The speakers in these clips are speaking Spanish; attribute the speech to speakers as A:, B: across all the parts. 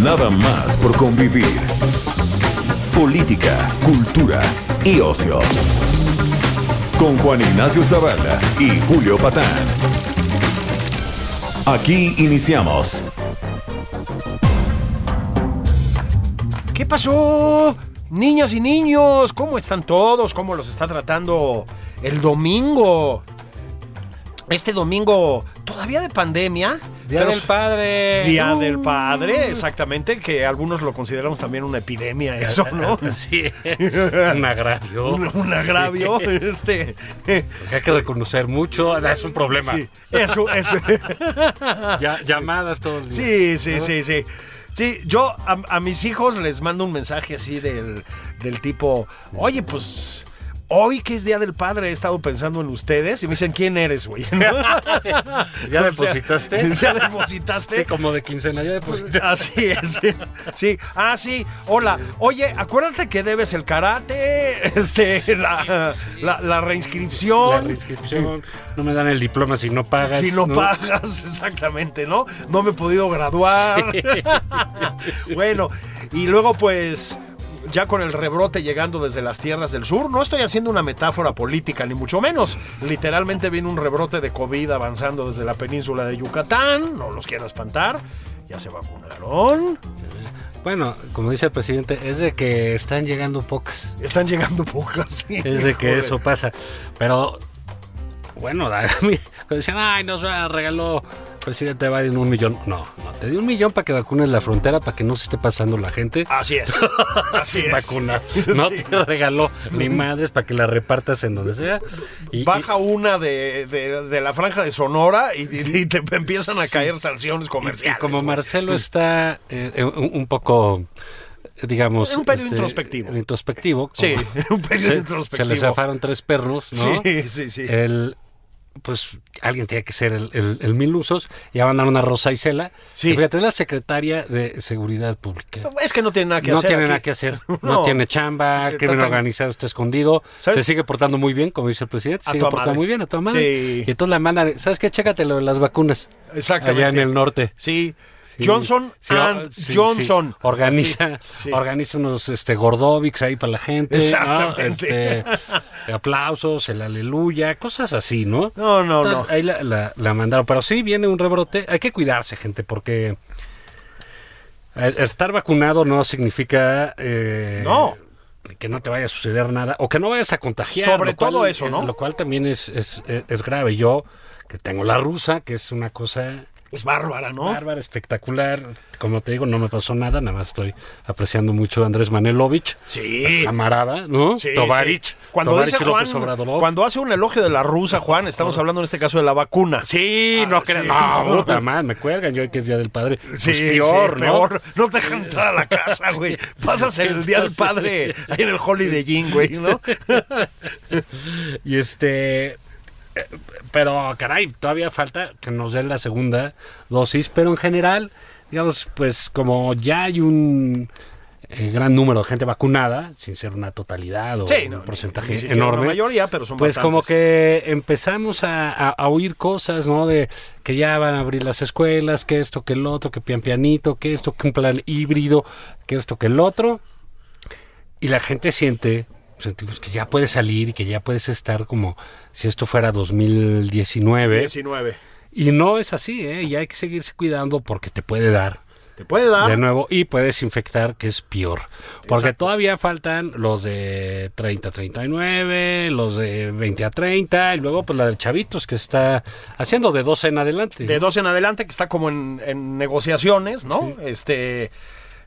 A: Nada más por convivir. Política, cultura y ocio. Con Juan Ignacio Zavala y Julio Patán. Aquí iniciamos.
B: ¿Qué pasó? Niñas y niños, ¿cómo están todos? ¿Cómo los está tratando el domingo? Este domingo, todavía de pandemia.
C: Día
B: pero
C: del
B: s-
C: Padre. Uh.
B: Día del Padre, exactamente, que algunos lo consideramos también una epidemia, eso, ¿no?
C: Sí, un agravio.
B: Un, un agravio, este.
C: Porque Hay que reconocer mucho, ah, es un problema.
B: Sí, eso, eso.
C: Ya- llamadas todo el día.
B: Sí, sí, sí, sí. Sí, yo a, a mis hijos pues, les mando un mensaje así del, del tipo, oye, pues hoy que es Día del Padre he estado pensando en ustedes y me dicen, ¿quién eres, güey? ¿No?
C: ¿Ya
B: O sea,
C: depositaste?
B: ¿Ya depositaste?
C: Sí, como de quincena, ya depositaste.
B: Así es. Sí. Ah, sí. Hola. Oye, acuérdate que debes el karate, este, la, la- la
C: La
B: reinscripción.
C: reinscripción, no me dan el diploma si no pagas.
B: si no, pagas, exactamente, ¿no? No me he podido graduar. bueno, y luego pues ya con el rebrote llegando desde las tierras del sur, no estoy haciendo una metáfora política, ni mucho menos. Literalmente viene un rebrote de COVID avanzando desde la península de Yucatán, no los quiero espantar. Ya se vacunaron.
C: Bueno, como dice el presidente, es de que están llegando pocas.
B: Están llegando pocas. sí.
C: Es de que
B: Híjole.
C: eso pasa. Pero, bueno, a mí, cuando decían, ay, nos regaló el presidente Biden un millón. No, no, te di un millón para que vacunes la frontera, para que no se esté pasando la gente.
B: Así es. Así
C: sin
B: es.
C: vacuna. No
B: Sí.
C: te regaló ni madres para que la repartas en donde sea. Y,
B: Baja una de, de- de la franja de Sonora y, y- y te empiezan a caer sanciones
C: y- y
B: comerciales.
C: como
B: güey.
C: Marcelo está eh, un, un poco, digamos. este,
B: Un periodo introspectivo.
C: Introspectivo.
B: Sí,
C: como-
B: un periodo
C: se,
B: introspectivo.
C: Se le zafaron tres pernos, ¿no? Eh,
B: Sí, sí, sí.
C: El- pues alguien tiene que ser el, el, el mil usos. Ya van a dar una Rosa Isela.
B: Sí.
C: Y fíjate, es la secretaria de Seguridad Pública.
B: Es que no tiene nada que
C: no
B: hacer.
C: tiene
B: aquí.
C: nada que hacer. No,
B: No.
C: tiene chamba,
B: Eh,
C: crimen
B: tratan-
C: organizado está escondido.
B: ¿Sabes?
C: Se sigue portando muy bien, como dice el presidente.
B: A
C: Se sigue
B: toda
C: portando
B: madre.
C: muy bien a tu madre.
B: Sí.
C: Y entonces la mandan, ¿sabes qué? Chécate lo de las vacunas.
B: Exactamente.
C: Allá en el norte.
B: Sí.
C: Sí.
B: Johnson
C: Sí, o-
B: and
C: sí, sí.
B: Johnson.
C: Organiza,
B: Sí, sí.
C: organiza unos este, gordovics ahí para la gente. ¿no?
B: Exactamente.
C: Este, aplausos, el aleluya, cosas así, ¿no? eh.
B: No, no, no.
C: Ahí la, la- la mandaron. Pero sí, viene un rebrote. Hay que cuidarse, gente, porque eh, estar vacunado no significa... eh,
B: No.
C: que no te vaya a suceder nada o que no vayas a contagiar.
B: Sobre
C: lo cual
B: todo eso,
C: es-
B: ¿no?
C: Lo cual también es, es, es- es grave. Yo, que tengo la rusa, que es una cosa
B: Es bárbara, ¿no?
C: bárbara, espectacular. Como te digo, no me pasó nada, nada más estoy apreciando mucho a Andrés Manelovich.
B: Sí.
C: Camarada, ¿no?
B: Sí, sí.
C: Tovarich.
B: Cuando
C: Tovarich
B: dice Juan,
C: López Obradorov.
B: cuando hace un elogio de la rusa, Juan, estamos hablando en este caso de la vacuna.
C: Sí,
B: Ah,
C: no creas.
B: sí.
C: No, puta madre, me cuelgan yo que es Día del Padre.
B: Sí,
C: Pues peor,
B: sí,
C: ¿no?
B: peor. No te dejan entrar a la casa, güey. Pasas el día del padre ahí en el Holiday Inn, güey, ¿no?
C: Y este. eh, Pero, caray, todavía falta que nos den la segunda dosis. Pero en general, digamos, pues como ya hay un eh, gran número de gente vacunada, sin ser una totalidad o
B: Sí,
C: un
B: no,
C: porcentaje
B: ni siquiera
C: enorme.
B: La mayoría, pero son
C: Pues
B: bastantes.
C: como que empezamos a, a- a oír cosas, ¿no? De que ya van a abrir las escuelas, que esto, que el otro, que pian pianito, que esto, que un plan híbrido, que esto, que el otro. Y la gente siente, sentimos que ya puedes salir y que ya puedes estar como si esto fuera 2019.
B: 19.
C: Y no es así, ¿eh? Y hay que seguirse cuidando porque te puede dar
B: Te puede dar.
C: de nuevo y puedes infectar, que es peor. Porque todavía faltan los de 30 a 39, los de 20 a 30, y luego pues la del Chavitos que está haciendo de 12 en adelante.
B: de 12 en adelante, que está como en, en negociaciones, ¿no? Este.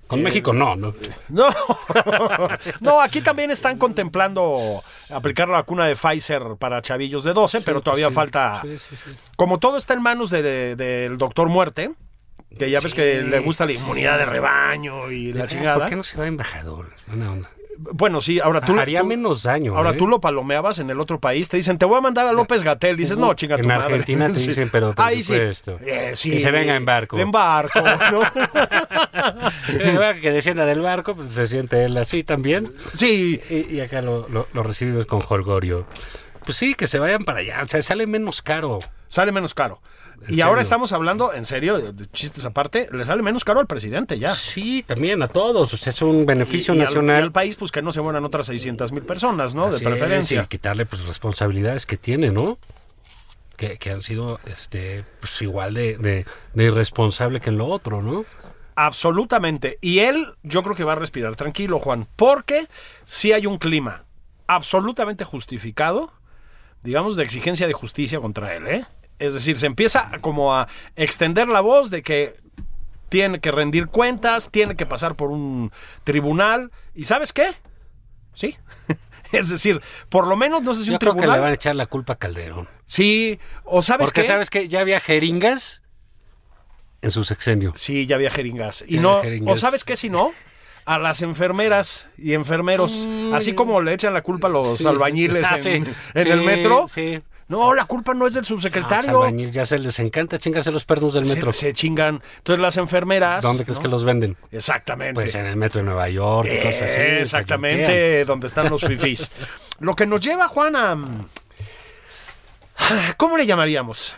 C: Con México no, no.
B: No. no, aquí también están contemplando aplicar la vacuna de Pfizer para chavillos de 12, pero todavía
C: sí,
B: falta.
C: sí, sí, sí.
B: Como todo está en manos de- de- del doctor Muerte, que ya ves que le gusta la inmunidad de rebaño y la chingada.
C: Eh, ¿Por qué no se va embajador? Buena onda.
B: Bueno, sí, ahora tú.
C: Haría
B: tú-
C: menos daño.
B: Ahora
C: ¿eh?
B: tú lo palomeabas en el otro país, te dicen, te voy a mandar a López Gatel. Dices, no, chinga
C: En
B: tu madre".
C: Argentina te
B: Sí.
C: dicen, pero por
B: Ahí sí.
C: supuesto.
B: Eh, sí.
C: Que se venga en barco.
B: En barco, ¿no?
C: Eh, va, que descienda del barco, pues se siente él así también.
B: sí.
C: Y, y acá lo, lo- lo recibimos con Holgorio. Pues sí, que se vayan para allá. O sea, sale menos caro.
B: sale menos caro. Y
C: serio?
B: ahora estamos hablando, en serio, de- de chistes aparte, le sale menos caro al presidente ya.
C: Sí, también a todos. O sea, es un beneficio
B: Y- y al- y Al,
C: nacional.
B: país, pues que no se mueran otras 600 mil personas, ¿no?
C: Así
B: de
C: es,
B: preferencia.
C: y quitarle pues responsabilidades que tiene, ¿no? Que, que han sido este pues, igual de, de- de irresponsable que en lo otro, ¿no?
B: Absolutamente. Y él, yo creo que va a respirar tranquilo, Juan, porque sí hay un clima absolutamente justificado, digamos, de exigencia de justicia contra él, ¿eh? Es decir, se empieza como a extender la voz de que tiene que rendir cuentas, tiene que pasar por un tribunal, y ¿sabes qué? Sí. Es decir, por lo menos no sé si
C: Yo
B: un
C: creo que le
B: tribunal.
C: van a echar la culpa a Calderón.
B: Sí, o sabes
C: Porque
B: qué?
C: sabes que ya había jeringas en su sexenio.
B: Sí, ya había jeringas. Y
C: Ya
B: no,
C: había jeringas.
B: o sabes qué, si no, a las enfermeras y enfermeros, así como le echan la culpa a los albañiles
C: Ah,
B: en,
C: sí.
B: en
C: Sí,
B: el metro.
C: sí.
B: No, la culpa no es del
C: Los
B: subsecretario.
C: albañiles Ah, ya se les encanta chingarse los pernos del
B: Se-
C: metro.
B: Se, chingan. Entonces las enfermeras.
C: ¿Dónde crees
B: ¿no?
C: que los venden?
B: Exactamente.
C: Pues en el metro de Nueva York y
B: Eh,
C: cosas así. se bloquean.
B: exactamente, donde están los fifís. Lo que nos lleva, Juan, a. ¿Cómo le llamaríamos?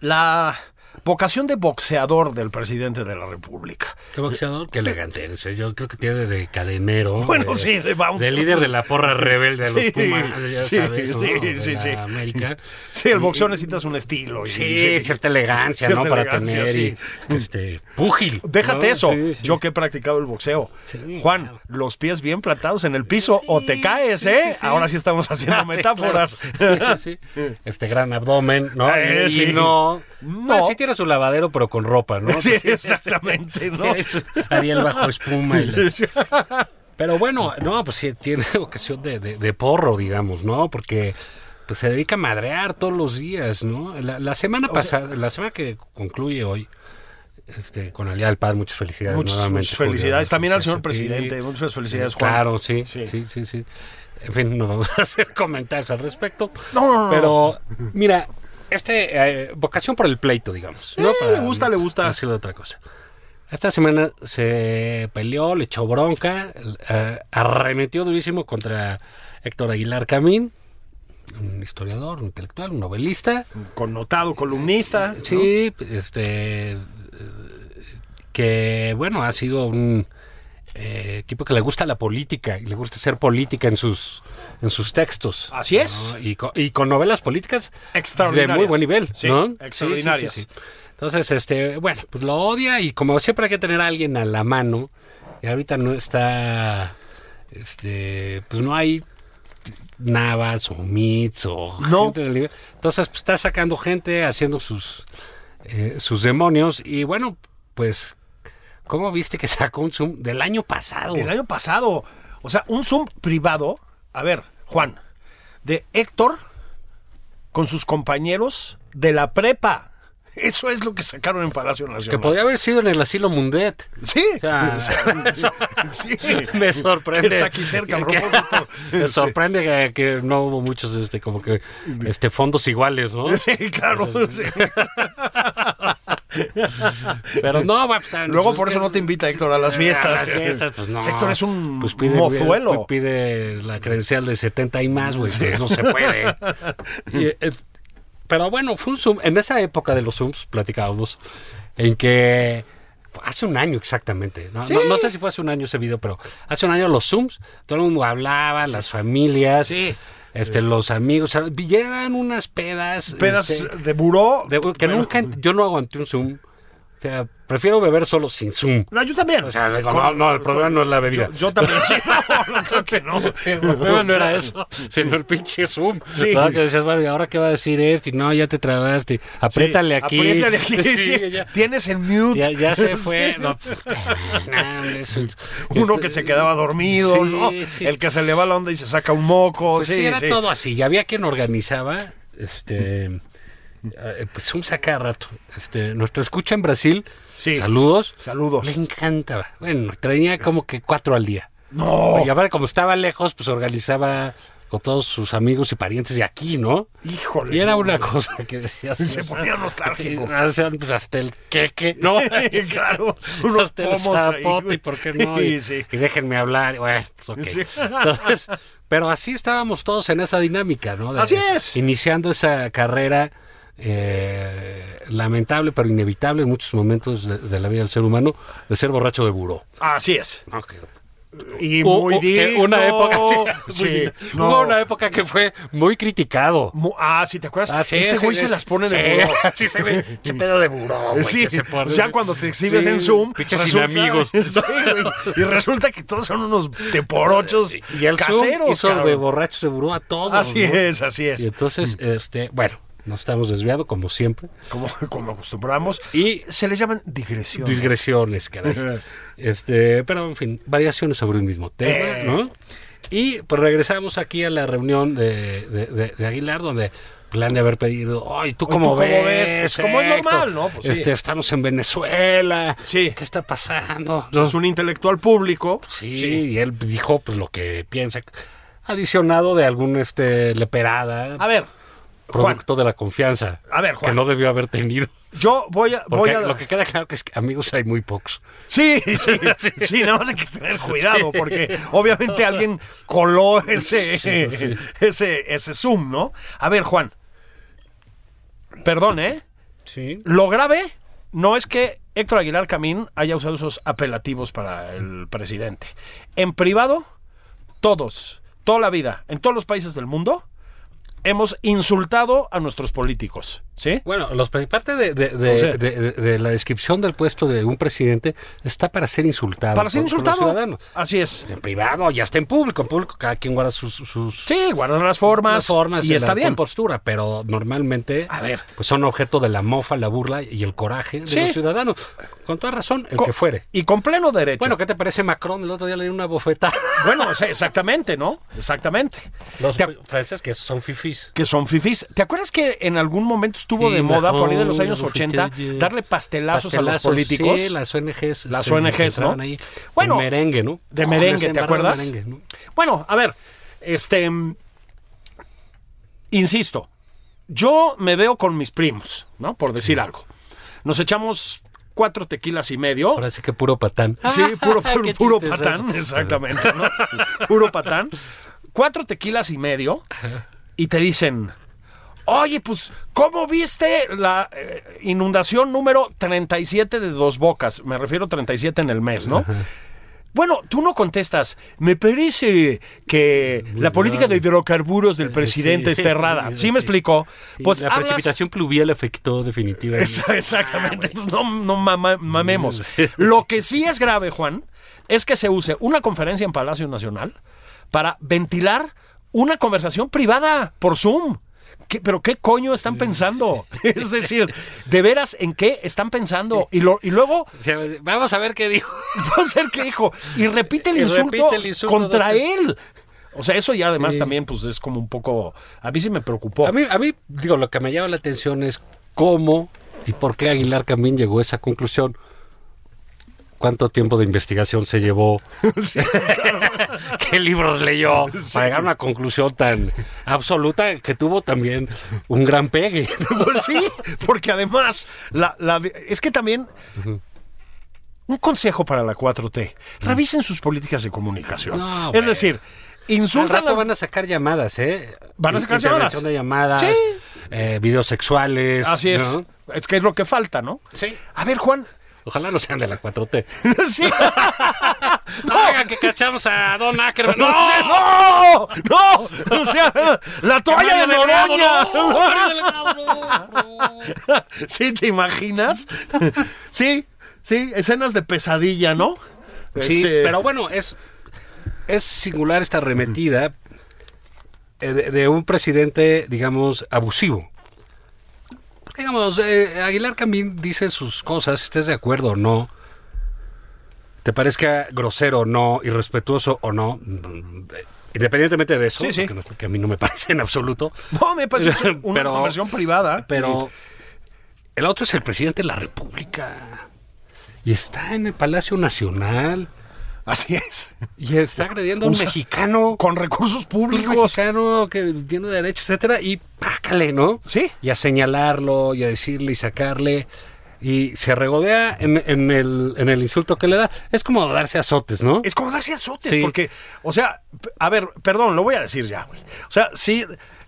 B: La vocación de boxeador del presidente de la República.
C: Qué boxeador, qué elegante eres. eh. Yo creo que tiene de cadenero.
B: Bueno, sí, de bouncer.
C: líder de la porra rebelde de los
B: Sí,
C: Pumas, ya
B: sí,
C: sabes, ¿no?
B: sí,
C: De
B: sí,
C: la
B: sí.
C: América.
B: Sí, el boxeo necesitas un estilo. y-
C: Sí,
B: sí.
C: cierta elegancia,
B: Cierta
C: ¿no? Para
B: elegancia,
C: tener
B: sí.
C: y, este, púgil.
B: Déjate
C: ¿no?
B: eso.
C: Sí, sí.
B: Yo que he practicado el boxeo.
C: Sí,
B: Juan,
C: claro.
B: los pies bien plantados en el piso o te caes,
C: sí,
B: ¿eh?
C: sí, sí.
B: Ahora sí estamos haciendo
C: Ah, sí,
B: metáforas.
C: claro. Sí, sí, sí. Este gran abdomen, ¿no?
B: Eh,
C: y,
B: sí.
C: y no.
B: No.
C: No. sí tiene su lavadero, pero con ropa, ¿no?
B: Sí,
C: Pues
B: exactamente, ¿no?
C: Eso, haría el bajo espuma. y la- Pero bueno, no, pues sí, tiene ocasión de, de- de porro, digamos, ¿no? Porque pues, se dedica a madrear todos los días, ¿no? La, la semana pasada, la semana que concluye hoy, este, con el Día del Padre, muchas felicidades.
B: Muchas-
C: nuevamente,
B: muchas felicidades.
C: Julio.
B: También al
C: Gracias
B: señor
C: a ti.
B: presidente. Muchas felicidades, Juan.
C: Claro, sí,
B: Sí.
C: sí, sí, sí. En fin, no vamos a hacer comentarios al respecto.
B: No, no, no.
C: Pero, mira, este, eh, vocación por el pleito, digamos. ¿no?
B: Eh, le gusta, le gusta.
C: Decirle otra cosa. Esta semana se peleó, le echó bronca, eh, arremetió durísimo contra Héctor Aguilar Camín, un historiador, un intelectual, un novelista.
B: Connotado columnista. ¿no?
C: Sí, este. eh, Que bueno, ha sido un eh, tipo que le gusta la política y le gusta hacer política en sus, en sus textos.
B: Así es.
C: ¿no? Y, co- y con novelas políticas de
B: Extraordinarias.
C: muy buen nivel.
B: Sí,
C: ¿no? Sí, sí, sí,
B: extraordinarias.
C: sí. Entonces, este, bueno, pues lo odia y como siempre hay que tener a alguien a la mano. Y ahorita no está. Este, pues no hay Navas o Mitz o
B: No.
C: gente del nivel. Entonces, pues, está sacando gente, haciendo sus, eh, sus demonios. Y bueno, pues, ¿cómo viste que sacó un Zoom del año pasado?
B: Del año pasado. O sea, un Zoom privado. A ver, Juan. De Héctor con sus compañeros de la prepa. Eso es lo que sacaron en Palacio
C: Que
B: Nacional.
C: podría haber sido en el asilo Mundet.
B: Sí.
C: O sea,
B: Sí.
C: me sorprende.
B: Que está aquí cerca, a
C: que-
B: propósito.
C: me sorprende que, que no hubo muchos, este, como que, este, fondos iguales, ¿no?
B: Sí, claro. sí.
C: Pero no, va pues, a estar-
B: Luego por eso no te invita Héctor a las fiestas.
C: A las fiestas, pues no.
B: Héctor es un
C: Pues pide,
B: mozuelo.
C: pues pide la credencial de 70 y más, güey. pues no se puede. Y, eh, pero bueno, fue un Zoom. En esa época de los Zooms, platicábamos, en que hace un año exactamente. No, No- no sé si fue hace un año ese video, pero hace un año los Zooms, todo el mundo hablaba, las familias.
B: Sí.
C: Este, los amigos, o sea, llegan unas pedas.
B: Pedas
C: este,
B: de buró.
C: de- que
B: Bueno,
C: nunca, ent- yo no aguanté un Zoom sea, prefiero beber solo sin Zoom.
B: No, yo también.
C: O sea, digo, no, no, el problema no es la bebida.
B: Yo, yo también. Sí, no, no, creo que no.
C: El problema no era eso, sino el pinche Zoom.
B: Sí.
C: ¿verdad? Que decías, bueno, ¿y ahora qué va a decir este? Y No, ya te trabaste. Apriétale aquí.
B: Apriétale aquí.
C: Sí,
B: sí.
C: ya,
B: Tienes el mute.
C: ya- ya se
B: Sí.
C: fue. No, no, hombre, es un-
B: Uno que se quedaba dormido,
C: Sí,
B: ¿no?
C: sí.
B: El que se le va la onda y se saca un moco.
C: Pues sí,
B: sí,
C: era
B: sí.
C: todo así. Ya había quien organizaba, este, eh, pues un saca rato. Este, nuestro escucha en Brasil,
B: Sí.
C: saludos.
B: Saludos.
C: Me encantaba. Bueno, traía como que cuatro al día.
B: No.
C: Y aparte, como estaba lejos, pues organizaba con todos sus amigos y parientes de aquí, ¿no?
B: Híjole.
C: Y era una cosa que decías.
B: Se
C: o sea,
B: ponía nostálgico.
C: o sea, pues, hasta el queque, ¿no?
B: claro, unos
C: hasta el
B: pomos ahí,
C: zapote,
B: güey.
C: ¿y por qué no?
B: Sí,
C: Y,
B: sí.
C: y déjenme hablar, bueno, pues ok.
B: Sí.
C: Entonces, pero así estábamos todos en esa dinámica, ¿no?
B: Así es.
C: Iniciando esa carrera eh, lamentable, pero inevitable en muchos momentos de, de la vida del ser humano, de ser borracho de buró.
B: Así es.
C: ¿no? Que-
B: Y
C: Hubo-
B: muy
C: hubo- que
B: digno.
C: una época sí,
B: Sí,
C: muy digno.
B: no.
C: Hubo una época que fue muy criticado
B: Mu- Ah, sí, ¿te acuerdas?
C: Ah, sí,
B: este
C: sí,
B: güey se
C: sí.
B: las pone de
C: Sí,
B: buró.
C: sí, se ve. Che pedo de buró, güey,
B: Sí,
C: que se pone.
B: ya cuando te exhibes
C: Sí,
B: en Zoom,
C: pinches sin amigos.
B: Sí, güey, y resulta que todos son unos teporochos
C: Y el
B: caseros.
C: Zoom hizo
B: cabrón.
C: de borrachos de buró a todos.
B: así
C: ¿no?
B: es, así
C: Y
B: es.
C: entonces, este, bueno, nos estamos desviados como siempre.
B: Como, como acostumbramos.
C: Y-
B: se les llaman digresiones.
C: Digresiones, caray. Este, pero en fin, variaciones sobre un mismo tema,
B: Eh.
C: ¿no? Y pues regresamos aquí a la reunión de, de- de- de Aguilar, donde plan de haber pedido, ay, ¿tú
B: Oye,
C: cómo
B: ¿tú cómo
C: ves?
B: ves? Pues, como es
C: Héctor?
B: normal, ¿no? Pues, sí.
C: este, Estamos en Venezuela.
B: Sí.
C: ¿Qué está pasando?
B: O sea, Es un intelectual público.
C: Sí, y él dijo pues lo que piensa, adicionado de algún este leperada,
B: A ver,
C: producto de la confianza
B: A ver, Juan.
C: que no debió haber tenido.
B: yo voy a. Voy
C: Porque
B: a
C: lo que queda claro que es que amigos hay muy pocos.
B: Sí, sí, sí, nada más hay que tener cuidado porque obviamente alguien coló ese, ese, ese zoom, ¿no? A ver, Juan, perdón, ¿eh?
C: Sí.
B: Lo grave no es que Héctor Aguilar Camín haya usado esos apelativos para el presidente. En privado, todos, toda la vida, en todos los países del mundo, hemos insultado a nuestros políticos, ¿sí?
C: Bueno, los, pre- parte de, de- de-
B: O sea.
C: de- de- de la descripción del puesto de un presidente está para ser insultado.
B: Para ser
C: por- por los
B: insultado.
C: ciudadanos.
B: Así es.
C: En privado, ya está en público. En público cada quien guarda sus, sus
B: Sí, guardan las formas,
C: las formas
B: y está bien.
C: postura, pero normalmente
B: A ver.
C: pues son objeto de la mofa, la burla y el coraje de
B: Sí.
C: los ciudadanos. Con toda razón, el
B: Co-
C: que fuere.
B: Y con pleno derecho.
C: Bueno, ¿qué te parece Macron? El otro día le dio una bofetada.
B: Bueno, o sea, exactamente, ¿no? Exactamente.
C: Los
B: Te-
C: fr- franceses que son fifís.
B: que son fifis. ¿Te acuerdas que en algún momento estuvo
C: Sí,
B: de moda, por ahí de
C: Macron,
B: los años
C: una
B: 80,
C: bofetada.
B: darle pastelazos, a los
C: Pastelazos,
B: políticos?
C: sí, las ONGs.
B: Las
C: este,
B: ONGs,
C: que estaban
B: ¿no?
C: ahí
B: Bueno,
C: con merengue, ¿no?
B: de
C: Con
B: merengue,
C: ese
B: ¿te
C: embarrado
B: acuerdas?
C: merengue, ¿no?
B: Bueno, a ver, este. mm, Insisto, yo me veo con mis primos, ¿no? Por decir algo. Nos echamos cuatro tequilas y medio.
C: Ahora sí que puro patán.
B: Sí, puro, puro,
C: Qué
B: puro
C: chiste es
B: patán,
C: eso.
B: exactamente. ¿no? Puro patán. Cuatro tequilas y medio y te dicen, oye, pues, ¿cómo viste la eh, inundación número 37 de Dos Bocas? Me refiero 37 en el mes, ¿no? Bueno, tú no contestas. Me parece que la política de hidrocarburos del presidente
C: sí.
B: está errada. ¿Sí me explico?
C: Sí,
B: Pues
C: la
B: hablas-
C: precipitación pluvial afectó definitivamente.
B: Esa- Exactamente, pues no, no mama- mamemos. Lo que sí es grave, Juan, es que se use una conferencia en Palacio Nacional para ventilar una conversación privada por Zoom. ¿Qué- ¿Pero qué coño están pensando? Es decir, ¿de veras en qué están pensando? Y, lo, y luego,
C: Ya, Vamos a ver qué dijo.
B: va a ser que dijo, y repite el
C: Y repite
B: insulto,
C: el insulto
B: contra
C: dos
B: él. O sea, eso ya además también pues es como un poco... A mí sí me preocupó.
C: A mí, a mí, digo, lo que me llama la atención es cómo y por qué Aguilar Camín llegó a esa conclusión. ¿Cuánto tiempo de investigación se llevó? ¿Qué libros leyó? Para llegar a una conclusión tan absoluta que tuvo también un gran pegue.
B: Pues sí, porque además, la, la- es que también. Un consejo para la 4T: revisen sus políticas de comunicación.
C: No,
B: es
C: güey.
B: decir,
C: Al
B: insultan
C: rato
B: a-
C: van a sacar llamadas, ¿eh?
B: Van a sacar llamadas.
C: Intervención de llamadas,
B: Sí.
C: eh, videos sexuales.
B: Así es.
C: ¿no?
B: Es que es lo que falta, ¿no?
C: Sí.
B: A ver, Juan,
C: Ojalá no sean de la 4T.
B: Sí.
C: No, hagan que cachamos a Don Ackerman.
B: ¡No! ¡No!
C: ¡No!
B: ¡No! O sea, la toalla de
C: Mario Delgado,
B: Noroña.
C: no! Mario Delgado, no, no.
B: ¿Sí te imaginas? Sí, sí, escenas de pesadilla, ¿no?
C: Sí,
B: Este,
C: pero bueno, es, es singular esta arremetida eh, de, de un presidente, digamos, abusivo. Porque, Digamos, eh, Aguilar Camín dice sus cosas, estés de acuerdo o no, te parezca grosero o no, irrespetuoso o no, mm, eh, independientemente de eso,
B: Sí, sí.
C: Que, no- que a mí no me parece en absoluto,
B: No, me parece que es una
C: Pero-
B: conversión privada.
C: pero el otro es el presidente de la República y está en el Palacio Nacional.
B: Así es.
C: Y está agrediendo a un
B: Un sa-
C: mexicano.
B: Con recursos
C: Un
B: públicos.
C: mexicano que tiene derecho, etcétera, y pácale, ¿no?
B: Sí.
C: Y a señalarlo, y a decirle, y sacarle. Y se regodea en, en el, en el insulto que le da. Es como darse azotes, ¿no?
B: Es como darse azotes,
C: Sí.
B: porque, o sea, p- a ver, perdón, lo voy a decir ya, güey. O sea, si,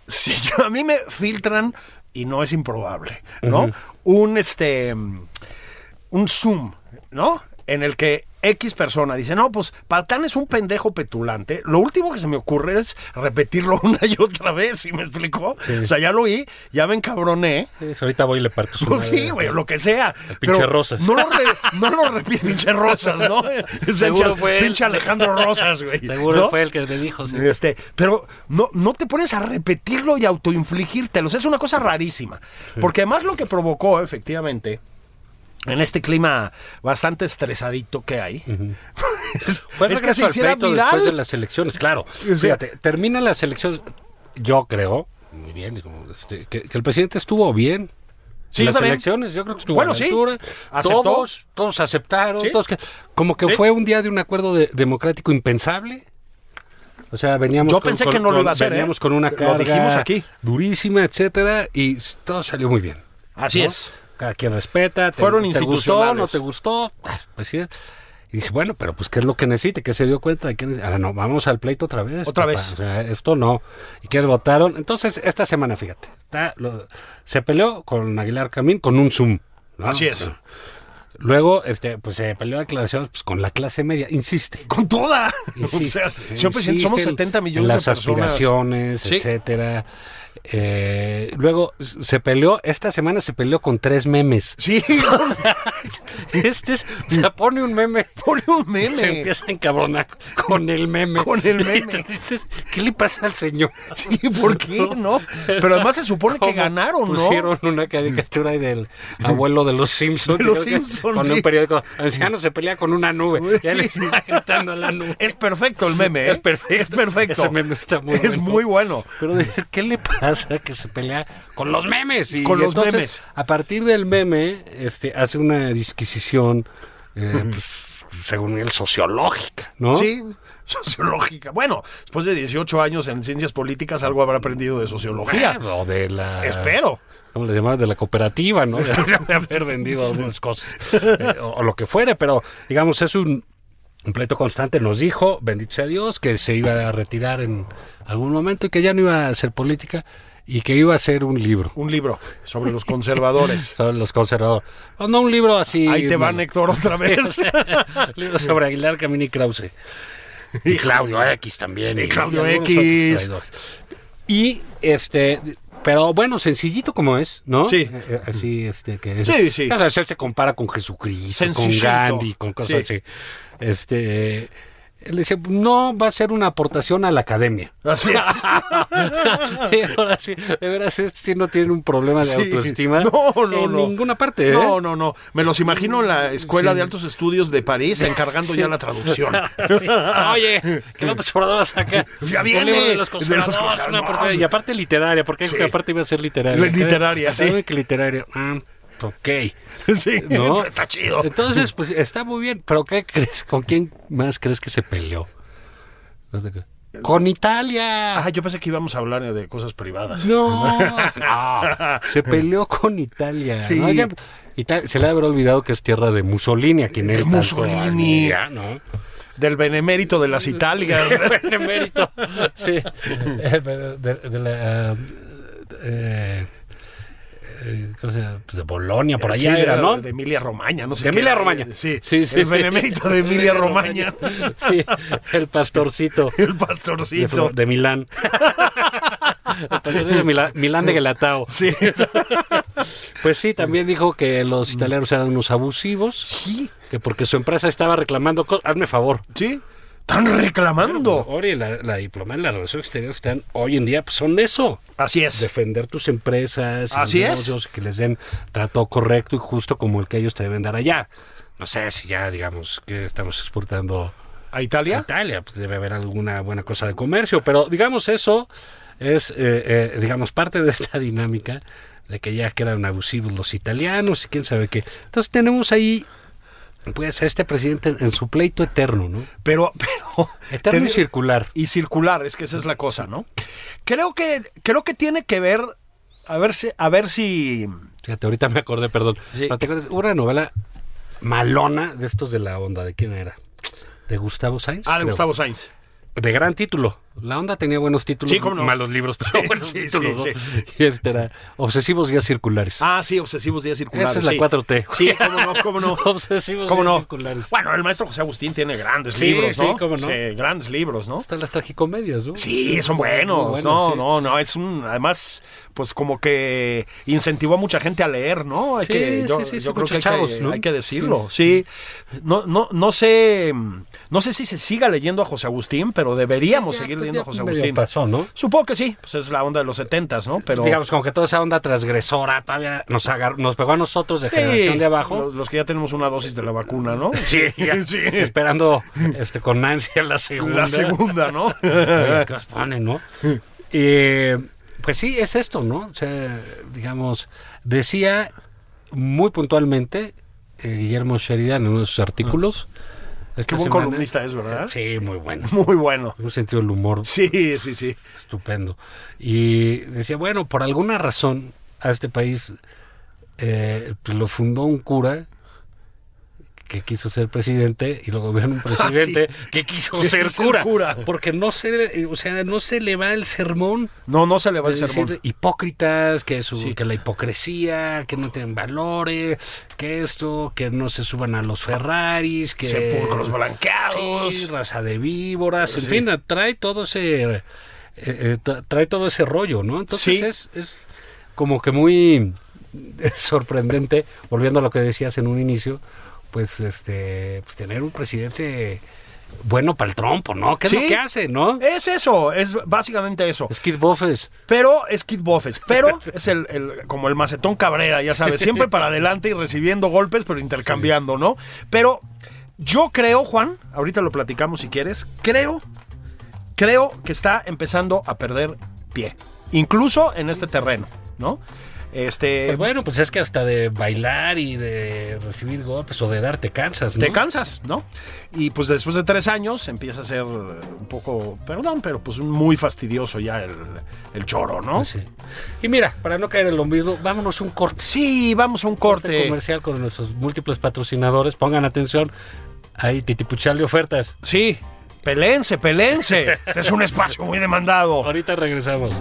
B: si yo- a mí me filtran, y no es improbable, ¿no? Un este mm, un Zoom, ¿no? En el que X persona dice, no, pues Patán es un pendejo petulante. Lo último que se me ocurre es repetirlo una y otra vez, ¿sí me explicó? O sea, ya lo oí, ya me encabroné.
C: Sí, ahorita voy y le parto su
B: Pues
C: madre.
B: sí, güey, lo que sea.
C: pinche
B: Pero
C: Rosas.
B: No lo, re, no lo repite, pinche Rosas, ¿no? Es
C: Seguro
B: el
C: fue él.
B: pinche Alejandro Rosas, güey.
C: Seguro
B: ¿no?
C: fue el que le dijo. sí.
B: Este, pero no, no te pones a repetirlo y autoinfligírtelo. O sea, es una cosa rarísima. Porque además lo que provocó, efectivamente, en este clima bastante estresadito que hay, es,
C: Fue el
B: es que
C: regreso
B: se
C: al
B: hiciera
C: pleito Después de
B: viral.
C: las elecciones, claro.
B: sea-
C: Fíjate, termina las elecciones, yo creo, muy bien, digo, este, que, que el presidente estuvo bien.
B: Sí, yo
C: En las
B: también.
C: elecciones, yo creo que estuvo
B: Bueno,
C: a la
B: sí.
C: altura.
B: Aceptó.
C: Todos, todos aceptaron.
B: Sí.
C: todos que- como que
B: Sí.
C: fue un día de un acuerdo de- democrático impensable. O sea, veníamos
B: Yo pensé que no lo iba a hacer, ¿eh?
C: Veníamos con una
B: Lo
C: carga
B: dijimos aquí.
C: durísima, etcétera, y s- todo salió muy bien.
B: Así
C: ¿no?
B: es.
C: Cada quien respeta. te-
B: Fueron
C: te gustó, no
B: institucionales.
C: te gustó. ah, Pues sí. Y dice, bueno, pero pues, ¿qué es lo que necesite? ¿Qué se dio cuenta? de que neces- Ahora no, vamos al pleito otra vez.
B: Otra vez.
C: O sea, esto no. ¿Y qué votaron? Entonces, esta semana, fíjate, está lo- se peleó con Aguilar Camín con un Zoom. ¿no?
B: Así es.
C: Luego, este, pues se peleó declaraciones pues, con la clase media. Insiste.
B: Con toda. o sea,
C: Insiste,
B: señor presidente, somos
C: insiste en-
B: 70
C: en
B: millones
C: las
B: de personas.
C: aspiraciones,
B: Sí.
C: etcétera. Eh, luego s- se peleó, esta semana se peleó con tres memes.
B: Sí,
C: Este es, se pone un meme.
B: pone un meme.
C: Se empieza a encabronar con el meme.
B: Con el meme.
C: Y te dices, ¿qué le pasa al señor?
B: Sí, ¿por qué no? Pero además se supone que
C: ¿Cómo
B: ganaron, ¿no?
C: Pusieron una caricatura ahí del abuelo de los Simpsons.
B: De los
C: creo que,
B: Simpson,
C: Con
B: sí. Pues
C: un periódico. Anciano se pelea con una nube. Ya
B: Sí.
C: le está gritando a la nube.
B: Es perfecto el meme, ¿eh?
C: Es perfecto.
B: Es perfecto.
C: Ese meme está muy
B: Es
C: bueno.
B: muy bueno.
C: Pero de- ¿qué le pasa que se pelea con los memes? Y,
B: Con
C: y
B: los
C: entonces,
B: memes.
C: A partir del meme, este, hace una disquisición, eh, pues, según él, sociológica, ¿no?
B: Sí, sociológica. Bueno, después de 18 años en ciencias políticas algo habrá aprendido de sociología.
C: Ah, O de la.
B: Espero.
C: ¿Cómo les llamaban? De la cooperativa, ¿no? De, de haber vendido algunas cosas. eh, o, o lo que fuere, pero digamos, es un completo constante. Nos dijo, bendito sea Dios, que se iba a retirar en algún momento y que ya no iba a hacer política y que iba a hacer un libro.
B: Un libro sobre los conservadores.
C: Sobre los conservadores. Pues No, no un libro así.
B: Ahí te va
C: mano.
B: Héctor otra vez.
C: libro sobre Aguilar, Camini y Krause. Y Claudio X también.
B: Y Claudio
C: algunos
B: X.
C: otros traidores. Y este. Pero bueno, sencillito como es, ¿no?
B: Sí.
C: Eh, eh, Así, este, que es.
B: Sí, sí.
C: O sea, él se compara con Jesucristo, con
B: Sencillito.
C: Gandhi, con cosas
B: Sí.
C: así. Este. Él dice, no va a ser una aportación a la academia.
B: Así es. Ah,
C: Y Ahora sí, de veras, este sí no tiene un problema de
B: Sí.
C: autoestima.
B: No, no,
C: en
B: no.
C: ninguna parte, ¿eh?
B: No, no, no. Me los imagino en la Escuela de Altos Estudios de París encargando ya la traducción.
C: Sí. Oye, que López Obrador la saca.
B: Ya
C: El
B: viene,
C: libro de
B: de los
C: los conservadores. una
B: conservadores.
C: portada- y aparte literaria, porque dijo
B: Sí.
C: que aparte iba a ser literaria.
B: Literaria,
C: Acá- acá
B: sí.
C: ven que literaria. Ah, ok.
B: Sí,
C: ¿no?
B: está chido.
C: Entonces, pues está muy bien. Pero ¿qué crees? ¿Con quién más crees que se peleó? Con Italia.
B: Ah, yo pensé que íbamos a hablar de cosas privadas.
C: No, no. Se peleó con Italia.
B: Sí.
C: ¿no? Ya- Ita- se le habrá olvidado que es tierra de Mussolini, a quien él tanto
B: Mussolini.
C: admira, ¿no?
B: Del benemérito de las Italias.
C: benemérito. Sí. Eh, pero de, de la, eh, eh, eh, ¿cómo se llama? Pues de Bolonia, por
B: Sí,
C: allá
B: de-
C: era, ¿no?
B: De Emilia Romagna, no sé
C: De
B: qué.
C: Emilia Romagna.
B: Sí, sí, sí. El benemérito de Emilia Romagna.
C: Sí, el pastorcito
B: El
C: de,
B: pastorcito.
C: Flo- de Milán. El pastorcito de Milán, Milán de Gelatao.
B: Sí.
C: Pues sí, también dijo que los italianos eran unos abusivos.
B: Sí.
C: Que porque su empresa estaba reclamando cosas. Hazme favor.
B: Sí. Están reclamando.
C: Ori, la, la diplomacia y la relación exterior están hoy en día, pues, son eso.
B: Así es.
C: Defender tus empresas, y
B: Así es.
C: negocios, que les den trato correcto y justo como el que ellos te deben dar allá. No sé si ya, digamos, que estamos exportando
B: ¿A
C: a
B: Italia?
C: Italia, pues, debe haber alguna buena cosa de comercio, pero digamos eso es, eh, eh, digamos, parte de esta dinámica de que ya que eran abusivos los italianos y quién sabe qué. Entonces tenemos ahí, pues, a este presidente en, en su pleito eterno, ¿no?
B: Pero, pero. te
C: Eterno y
B: digo-
C: circular.
B: y circular, es que esa es la cosa, ¿no? Creo que, creo que tiene que ver, a ver si, a ver si
C: Fíjate, ahorita me acordé, perdón.
B: Sí.
C: Pero te acuerdas, hubo una novela malona de estos de la onda, ¿de quién era? De Gustavo Sainz.
B: Ah, de
C: creo.
B: Gustavo Sainz.
C: De gran título. La onda tenía buenos títulos,
B: Sí, cómo no.
C: malos libros, pero
B: Sí,
C: buenos
B: sí,
C: títulos.
B: sí,
C: ¿no?
B: sí.
C: Y este era Obsesivos Días Circulares.
B: Ah, sí, Obsesivos Días Circulares.
C: Esa es la
B: sí.
C: 4T.
B: Sí, cómo no, cómo no.
C: Obsesivos
B: ¿Cómo
C: Días
B: no?
C: Circulares.
B: Bueno, el maestro José Agustín tiene grandes
C: Sí,
B: libros, ¿no?
C: sí, cómo no.
B: grandes libros, ¿no?
C: Están las tragicomedias, ¿no?
B: Sí, son
C: Muy
B: buenos.
C: buenas,
B: no,
C: sí.
B: no, no. Es un. Además, pues como que incentivó a mucha gente a leer, ¿no? Hay
C: Sí,
B: que, yo
C: sí, sí, sí,
B: yo creo
C: muchos
B: que hay,
C: chavos,
B: que,
C: ¿no?
B: hay que decirlo. Sí. No, no, no sé. No sé si se siga leyendo a José Agustín, pero deberíamos
C: Ya,
B: seguir
C: pues,
B: leyendo
C: ya
B: a José
C: medio
B: Agustín.
C: pasó, ¿no?
B: Supongo que sí. Pues es la onda de los setentas, ¿no? Pero.
C: Digamos, como que toda esa onda transgresora todavía nos, agarró, nos pegó a nosotros de
B: Sí,
C: generación de abajo.
B: Los, los que ya tenemos una dosis de la vacuna, ¿no?
C: Sí, ya,
B: sí.
C: esperando este, con ansia la segunda.
B: La segunda, ¿no?
C: Oye, ¿qué os ponen, no? Eh, pues sí, es esto, ¿no? O sea, digamos, decía muy puntualmente eh, Guillermo Sheridan en uno de sus artículos.
B: Ah, Qué
C: esta
B: buen
C: semana.
B: columnista es, ¿verdad?
C: Sí, muy bueno.
B: Muy bueno.
C: Un sentido del humor
B: Sí, sí, sí.
C: estupendo. Y decía, bueno, por alguna razón a este país eh, pues lo fundó un cura que quiso ser presidente y lo gobierna un presidente que quiso
B: Ah, Que
C: ser
B: quiso ser
C: cura,
B: cura.
C: Porque no se, eh, o sea, no se le va el sermón.
B: No, no se le va el
C: de decir
B: sermón.
C: hipócritas, que, su,
B: Sí.
C: que la hipocresía, que no tienen valores, que esto, que no se suban a los Ferraris, que...
B: Sepulcros blanqueados.
C: Sí, raza de víboras, en
B: Sí.
C: fin, trae todo ese eh, eh, tra- trae todo ese rollo, ¿no? Entonces
B: Sí.
C: es, es como que muy sorprendente, volviendo a lo que decías en un inicio, pues este pues, tener un presidente bueno para el trompo, ¿no? ¿Qué es
B: Sí. Eh,
C: lo que hace, no?
B: Es eso, es básicamente eso.
C: Es Kid
B: eh,
C: Buffes.
B: Pero es Kid Buffett, pero es el, el- como el macetón Cabrera, ya sabes, siempre para adelante y recibiendo golpes, pero intercambiando, ¿no? Pero yo creo, Juan, ahorita lo platicamos si quieres, creo, creo que está empezando a perder pie, incluso en este terreno, ¿no? Este,
C: Pues bueno, pues es que hasta de bailar y de recibir golpes o de darte cansas, ¿no?
B: te cansas, ¿no? Y pues después de tres años empieza a ser eh, un poco, perdón, pero pues muy fastidioso ya el, el choro, ¿no?
C: Sí. Y mira, para no caer en lo mismo, vámonos un corte.
B: Sí, vamos a un corte.
C: comercial con nuestros múltiples patrocinadores. Pongan atención. Ahí, titipuchal de ofertas.
B: Sí, pelense, pelense. Este es un espacio muy demandado.
C: Ahorita regresamos.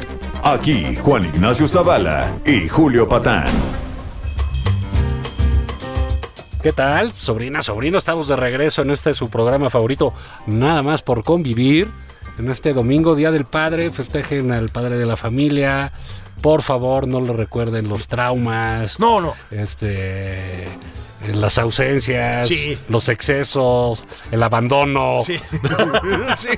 A: Aquí Juan Ignacio Zavala y Julio Patán.
C: ¿Qué tal? Sobrina, sobrino, estamos de regreso en este su programa favorito, Nada más por convivir. En este domingo, Día del Padre, festejen al padre de la familia. Por favor, no le recuerden los traumas.
B: No, no.
C: Este. Las ausencias,
B: Sí.
C: los excesos, el abandono.
B: Sí. Sí.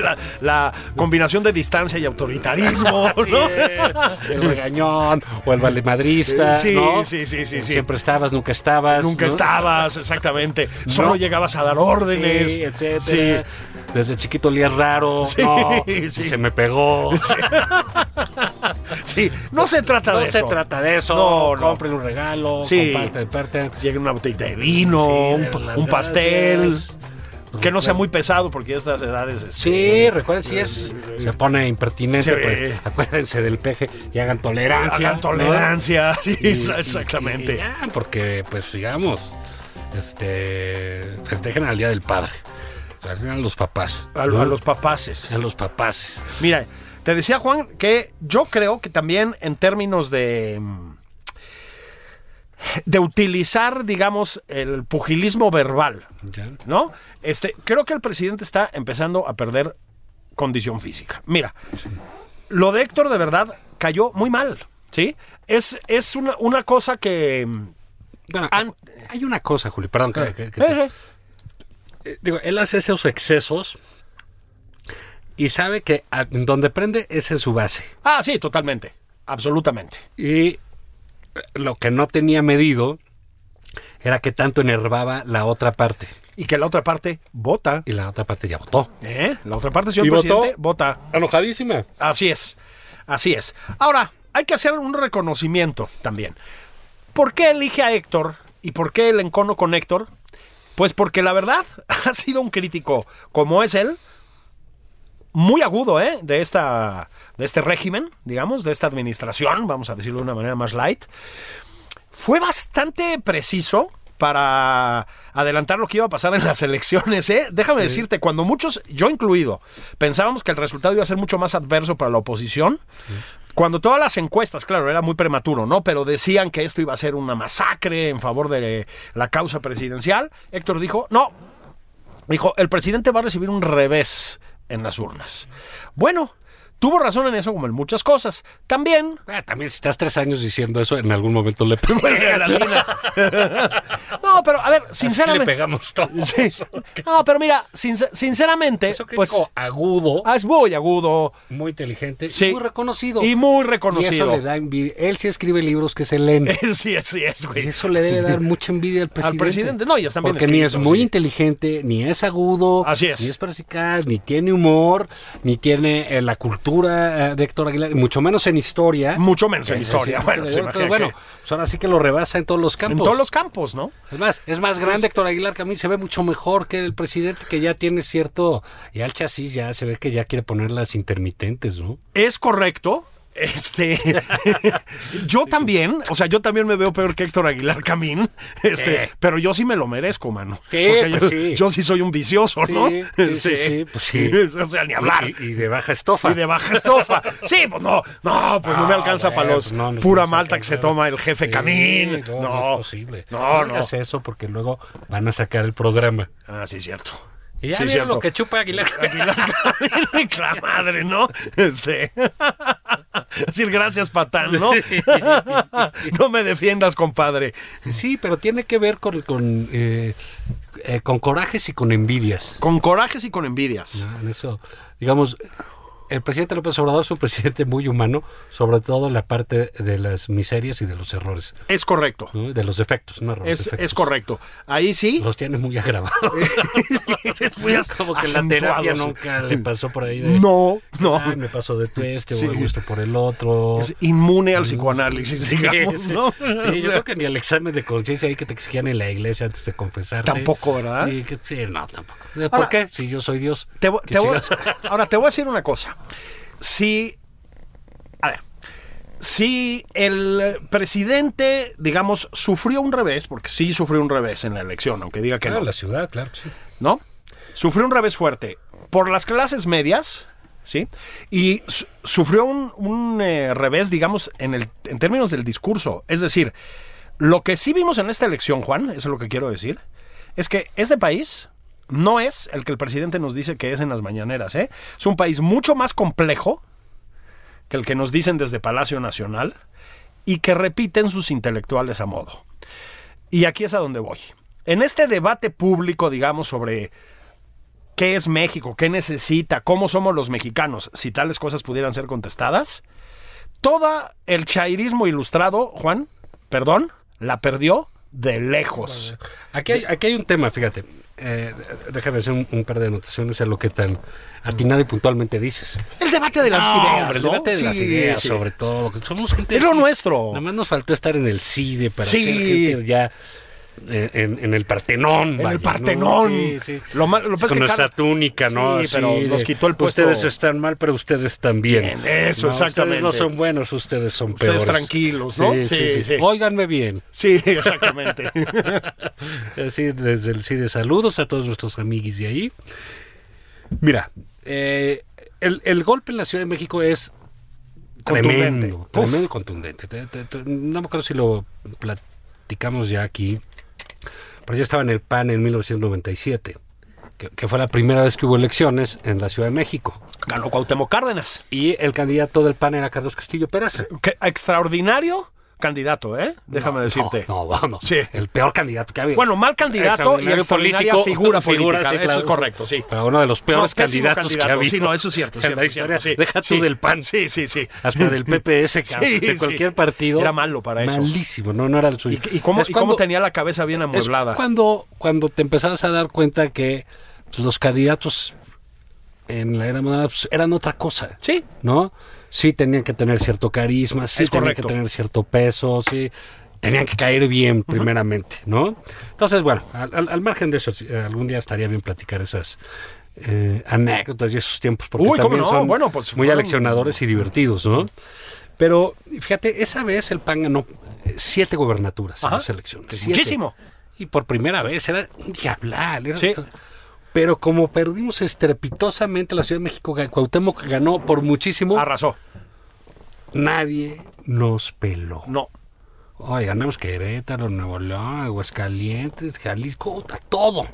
B: La, la combinación de distancia y autoritarismo.
C: Así
B: ¿no?
C: es, el regañón o el valemadrista.
B: Sí,
C: ¿no?
B: sí, sí, sí, sí.
C: Siempre estabas, nunca estabas.
B: Nunca
C: ¿no?
B: estabas, exactamente. Solo llegabas a dar órdenes.
C: Sí, etcétera.
B: Sí.
C: Desde chiquito olía raro.
B: Sí,
C: no,
B: sí.
C: Se me pegó.
B: Sí, no se trata
C: No
B: de eso.
C: se trata de eso.
B: No, no.
C: Compren un regalo,
B: Sí.
C: comparten, parten.
B: Llega una botellita de vino,
C: Sí,
B: un,
C: de las
B: un pastel.
C: gracias.
B: Que no sea muy pesado porque a estas edades. este,
C: Sí, recuerden, si es, se pone impertinente,
B: Sí.
C: pues acuérdense del peje y hagan tolerancia.
B: Hagan
C: ¿no?
B: tolerancia. Sí,
C: Y- y- y
B: exactamente.
C: ya, porque, pues, digamos, este, festejen al Día del Padre. O sea, sean los papás.
B: A, lo-
C: ¿no?
B: a los papaces.
C: Sean los papás.
B: Mira, te decía Juan que yo creo que también en términos de mm, de utilizar, digamos, el pugilismo verbal,
C: ¿ya?
B: ¿no? Este, creo que el presidente está empezando a perder condición física. Mira, lo de Héctor de verdad cayó muy mal, ¿sí? Es, es una, una cosa que... mm,
C: Bueno,
B: An-
C: hay una cosa, Julio, perdón.
B: Ah.
C: que- que- que- eh, digo, él hace esos excesos y sabe que a- donde prende es en su base.
B: Ah, sí, totalmente. Absolutamente.
C: Y lo que no tenía medido era que tanto enervaba la otra parte.
B: Y que la otra parte vota.
C: Y la otra parte ya votó.
B: ¿Eh? La otra parte, señor
C: ¿Y votó?
B: presidente, vota.
C: Enojadísima.
B: Así es, así es. Ahora, hay que hacer un reconocimiento también. ¿Por qué elige a Héctor y por qué el encono con Héctor? Pues porque la verdad ha sido un crítico como es él, muy agudo, ¿eh? De, esta, de este régimen, digamos, de esta administración, vamos a decirlo de una manera más light. Fue bastante preciso para adelantar lo que iba a pasar en las elecciones, ¿eh? Déjame decirte, cuando muchos, yo incluido, pensábamos que el resultado iba a ser mucho más adverso para la oposición, cuando todas las encuestas, claro, era muy prematuro, ¿no? Pero decían que esto iba a ser una masacre en favor de la causa presidencial, Héctor dijo, no, Dijo, el presidente va a recibir un revés en las urnas. Bueno, tuvo razón en eso como en muchas cosas. También...
C: Ah, también si estás tres años diciendo eso, en algún momento le pegamos.
B: No, pero a ver,
C: le
B: sinceramente...
C: pegamos todo.
B: Sí. No, pero mira, sincer- sinceramente,
C: Eso que
B: pues
C: dijo agudo,
B: ah, es muy agudo
C: muy inteligente,
B: sí.
C: y muy reconocido.
B: y muy
C: Y eso
B: reconocido. Eh,
C: le da envidia. Él sí escribe libros que se leen.
B: sí, sí es,
C: Y
B: güey.
C: eso le debe dar mucha envidia al presidente.
B: presidente, no, ya están bien
C: Porque ni es
B: escritos,
C: muy
B: sí.
C: inteligente, ni es agudo,
B: Así es.
C: ni es perspicaz, ni tiene humor, ni tiene eh, la cultura eh, de Héctor Aguilar, y mucho menos en historia.
B: Mucho menos en
C: Eh,
B: historia.
C: sí,
B: Bueno,
C: pero
B: se
C: entonces,
B: imagina
C: bueno,
B: que-
C: pues ahora sí que lo rebasa en todos los
B: en
C: campos.
B: todos los campos, ¿no?
C: Es más, es más
B: Pues
C: grande Héctor Aguilar que a mí se ve mucho mejor que el presidente que ya tiene cierto, ya el chasis ya se ve que ya quiere poner las intermitentes, ¿no?
B: Es correcto. Este, yo también, o sea, yo también me veo peor que Héctor Aguilar Camín, este,
C: Sí.
B: pero yo sí me lo merezco, mano.
C: Sí,
B: Porque
C: pues
B: yo,
C: sí.
B: yo sí soy un vicioso,
C: Sí,
B: ¿no? Este,
C: sí, sí, sí, pues sí.
B: O sea, ni hablar.
C: Y, y de baja estofa.
B: Y de baja estofa. Sí, pues no, no, pues no, me
C: Ah,
B: alcanza
C: bueno,
B: para los
C: no, no
B: pura
C: alcanza
B: malta que
C: para
B: se toma el jefe
C: Sí,
B: Camín. No,
C: No, no es posible.
B: No, no.
C: digas eso porque luego van a sacar el programa.
B: Ah, sí, cierto.
C: Y ya
B: Sí,
C: vieron
B: cierto.
C: lo que chupa Aguilar.
B: Aguilar Camín, la madre, ¿no? Este. Es decir, gracias, patán, ¿no? No me defiendas, compadre.
C: Sí, pero tiene que ver con, con, eh, eh, con corajes y con envidias.
B: Con corajes y con envidias.
C: ¿no? En eso, digamos, el presidente López Obrador es un presidente muy humano, sobre todo en la parte de las miserias y de los errores,
B: Es correcto.
C: ¿no? de los defectos, no errores,
B: Es,
C: defectos.
B: es correcto. Ahí sí.
C: Los tiene muy agravados.
B: es muy
C: Como que la terapia
B: acentuados.
C: nunca le pasó por ahí de...
B: No, no.
C: "Ay, me pasó de tu este,
B: Sí.
C: o me gusto por el otro.
B: Es inmune al psicoanálisis, digamos,
C: Sí,
B: ¿no?
C: sí, yo creo que ni el examen de conciencia hay que te exigían en la iglesia antes de confesarte.
B: Tampoco, ¿verdad?
C: Y que- sí, no, tampoco. ¿Por
B: Ahora-
C: qué? Si yo soy Dios.
B: Te vo-
C: ¿Qué
B: te voy-
C: chingados?
B: ahora te voy a decir una cosa. Si. A ver. Si el presidente, digamos, sufrió un revés, porque sí sufrió un revés en la elección, aunque diga que
C: Claro,
B: no,
C: Ah, la ciudad, claro que sí.
B: ¿no? Sufrió un revés fuerte por las clases medias, ¿sí? Y su- sufrió un, un, eh, revés, digamos, en, el, en términos del discurso. Es decir, lo que sí vimos en esta elección, Juan, eso es lo que quiero decir, es que este país no es el que el presidente nos dice que es en las mañaneras, ¿eh? Es un país mucho más complejo que el que nos dicen desde Palacio Nacional y que repiten sus intelectuales a modo. Y aquí es a donde voy. En este debate público, digamos, sobre qué es México, qué necesita, cómo somos los mexicanos, si tales cosas pudieran ser contestadas, todo el chairismo ilustrado, Juan, perdón, la perdió de lejos.
C: Aquí hay, aquí hay un tema, fíjate. eh, déjame hacer un, un par de anotaciones a lo que tan atinada y puntualmente dices.
B: El debate de las
C: No,
B: ideas.
C: hombre, el
B: ¿no?
C: debate de
B: Sí,
C: las ideas,
B: sí.
C: sobre todo. que Somos gente.
B: Es lo nuestro.
C: Nada más nos faltó estar en el CIDE para
B: Sí.
C: ser gente ya. eh, En, en el Partenón.
B: En
C: vaya,
B: el
C: ¿no?
B: Partenón.
C: Sí, sí.
B: Lo mal- lo
C: Sí,
B: pasa
C: Con
B: que
C: nuestra
B: cada-
C: túnica, ¿no?
B: Sí,
C: Así
B: pero nos quitó el puesto-
C: Ustedes están mal, pero ustedes también.
B: Bien, eso,
C: No,
B: exactamente.
C: Ustedes no son buenos, ustedes son
B: Ustedes
C: peores.
B: tranquilos, ¿no?
C: Sí, sí,
B: Sí,
C: sí.
B: sí.
C: Óiganme bien.
B: Sí, exactamente.
C: Así, desde el CIDE, E, saludos a todos nuestros amiguis de ahí. Mira, eh, el, el golpe en la Ciudad de México es
B: Contundente.
C: tremendo,
B: Uf.
C: tremendo contundente. Te- te- te- no me acuerdo si lo platicamos ya aquí, pero yo estaba en el PAN en 1997, que, que fue la primera vez que hubo elecciones en la Ciudad de México.
B: Ganó Cuauhtémoc Cárdenas.
C: Y el candidato del PAN era Carlos Castillo Peraza.
B: Qué extraordinario candidato, ¿eh? Déjame decirte.
C: Oh, No, no, no.
B: Sí.
C: El peor candidato que había.
B: Bueno, mal candidato y
C: Extraordinario
B: extraordinaria
C: político,
B: figura,
C: figura,
B: política.
C: sí,
B: Eso
C: claro.
B: es correcto, sí.
C: Pero uno de los peores
B: No, pésimo
C: candidatos que ha
B: candidato.
C: habido.
B: Sí, no, eso es cierto,
C: en
B: cierto,
C: la historia.
B: cierto, sí.
C: Deja tú
B: Sí,
C: del PAN.
B: sí, sí, sí.
C: Hasta del PPS, cabrón,
B: Sí,
C: de
B: sí.
C: cualquier partido.
B: Era malo para eso.
C: Malísimo, no, no era el suyo.
B: ¿Y, y cómo,
C: Es
B: y cómo
C: cuando-
B: tenía la cabeza bien
C: es
B: amueblada?
C: cuando, cuando te empezabas a dar cuenta que pues, los candidatos en la era moderna pues, eran otra cosa.
B: Sí.
C: ¿No? Sí tenían que tener cierto carisma, sí
B: Es
C: tenían
B: correcto.
C: que tener cierto peso, sí tenían que caer bien primeramente, ¿no? Entonces, bueno, al, al- al margen de eso, sí, eh, algún día estaría bien platicar esas eh, anécdotas y esos tiempos, porque
B: Uy, ¿cómo
C: también
B: no?
C: son
B: Bueno, pues,
C: muy
B: fueron-
C: aleccionadores y divertidos, ¿no? Pero fíjate, esa vez el PAN ganó eh, siete gobernaturas
B: Ajá.
C: en las elecciones.
B: Es
C: siete.
B: muchísimo.
C: Y por primera vez era un diablal. era-
B: Sí.
C: Pero como perdimos estrepitosamente la Ciudad de México, ga- Cuauhtémoc ganó por muchísimo,
B: Arrasó.
C: nadie nos peló.
B: No.
C: Hoy ganamos Querétaro, Nuevo León, Aguascalientes, Jalisco, puta, todo.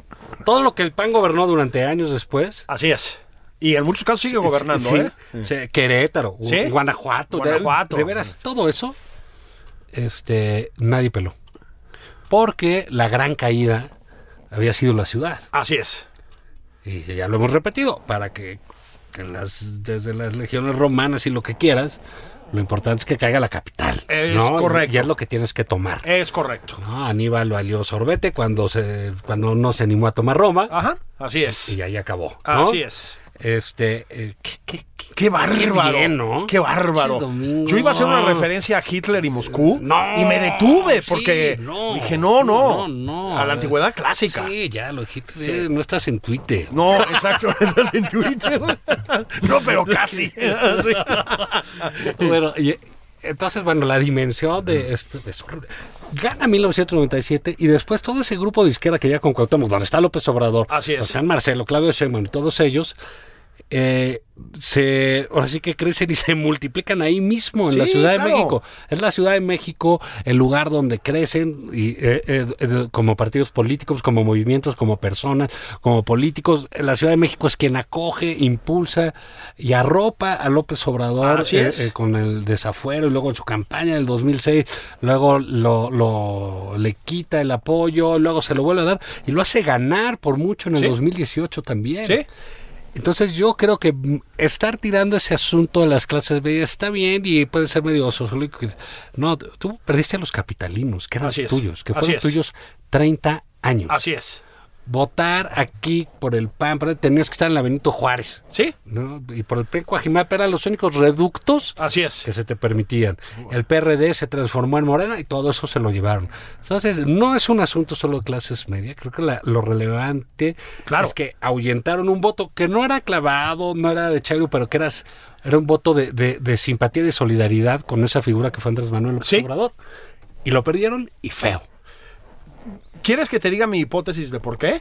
C: Todo lo que el PAN gobernó durante años después.
B: Así es. Y en muchos casos sigue gobernando,
C: Sí,
B: ¿eh?
C: sí, Querétaro, Gu-
B: Sí.
C: Guanajuato, de-
B: Guanajuato.
C: De, veras, todo eso, este, nadie peló. Porque la gran caída había sido la ciudad.
B: Así es.
C: Y ya lo hemos repetido, para que, que las, desde las legiones romanas y lo que quieras, lo importante es que caiga la capital.
B: Es
C: ¿no?
B: correcto.
C: Y es lo que tienes que tomar.
B: Es correcto.
C: No, Aníbal valió sorbete cuando se cuando no se animó a tomar Roma
B: Ajá. Así es.
C: y ahí acabó. ¿no?
B: Así es.
C: Este, eh, qué, qué- qué-
B: Qué bárbaro. Qué,
C: bien, ¿no?
B: bárbaro.
C: Pinche domingo.
B: Yo iba a hacer una referencia a Hitler y Moscú
C: No,
B: y me detuve
C: sí,
B: porque
C: no,
B: dije, no, no,
C: no, no.
B: A la antigüedad clásica.
C: Sí, ya lo dijiste, eh, no estás en Twitter.
B: No, exacto, estás en Twitter. No, pero casi. Sí.
C: Bueno, y, eh, entonces, bueno, la dimensión
B: Mm.
C: de esto es horrible. Gana 1997 y después todo ese grupo de izquierda que ya con Cuauhtémoc, donde está López Obrador,
B: Así es.
C: donde están Marcelo, Claudio Sheinbaum y todos ellos, eh, se, ahora sí que crecen y se multiplican ahí mismo en la
B: Sí,
C: Ciudad
B: claro.
C: de México. Es la Ciudad de México el lugar donde crecen y, eh, eh, eh, como partidos políticos, como movimientos, como personas, como políticos. La Ciudad de México es quien acoge, impulsa y arropa a López Obrador eh,
B: Así es.
C: con el desafuero y luego en su campaña del 2006, luego lo, lo- le quita el apoyo, luego se lo vuelve a dar y lo hace ganar por mucho en el
B: Sí.
C: 2018 también.
B: Sí.
C: Entonces yo creo que mm, estar tirando ese asunto de las clases medias está bien y puede ser medio sociológico. No, t- tú perdiste a los capitalinos, que eran
B: Así es,
C: tuyos, que
B: así
C: fueron
B: es.
C: tuyos 30 años.
B: Así es.
C: Votar aquí por el PAN, pero tenías que estar en la Benito Juárez,
B: Sí,
C: ¿no? Y por el PRI en Coajimalpa eran los únicos reductos
B: así es.
C: que se te permitían. El PRD se transformó en Morena y todo eso se lo llevaron. Entonces, no es un asunto solo de clases medias. Creo que la- lo relevante
B: Claro.
C: es que ahuyentaron un voto que no era clavado, no era de Chairo, pero que eras, era un voto de, de- de simpatía y de solidaridad con esa figura que fue Andrés Manuel López
B: Sí.
C: Obrador. Y lo perdieron y feo.
B: ¿Quieres que te diga mi hipótesis de por qué?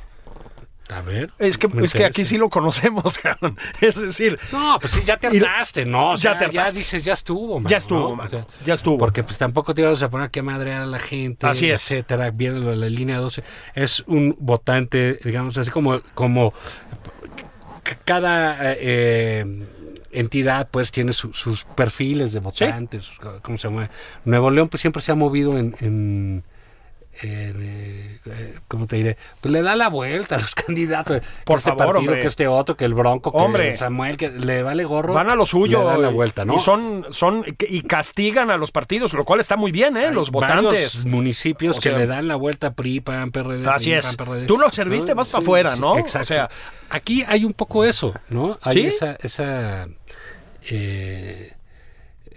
C: A ver.
B: Es que,
C: me
B: es que
C: interesa.
B: aquí sí lo conocemos, cabrón. Es decir,
C: No, pues sí, ya te
B: Y-
C: hartaste, ¿no? O
B: Ya
C: sea,
B: te hartaste.
C: dices, ya estuvo, mano,
B: Ya estuvo,
C: ¿no?
B: mano, ya estuvo.
C: Porque pues tampoco te ibas a poner aquí a madrear a la gente,
B: Así es.
C: etcétera. Viene lo de la línea 12. Es un votante, digamos, así como, como c- cada eh, eh, entidad pues tiene su- sus perfiles de votantes, sus co- ¿cómo se llama? Nuevo León pues siempre se ha movido en... en eh, eh, ¿cómo te diré? Pues le da la vuelta a los candidatos.
B: Por
C: Que este
B: favor,
C: partido,
B: hombre.
C: que este otro, que el Bronco, que
B: Hombre.
C: el Samuel, que le vale gorro.
B: Van a lo suyo.
C: Le dan la
B: y-
C: vuelta, ¿no?
B: Y son, son, y castigan a los partidos, lo cual está muy bien, ¿eh? Los
C: Varios
B: votantes.
C: municipios
B: O
C: que
B: sea,
C: le dan la vuelta a PRI, PAN, PRD.
B: Así
C: PRI,
B: es.
C: PAN, PRD.
B: Tú lo serviste, vas pa' fuera, ¿no? O
C: exacto.
B: sea-
C: aquí hay un poco eso, ¿no? Hay
B: ¿Sí?
C: esa, esa, eh,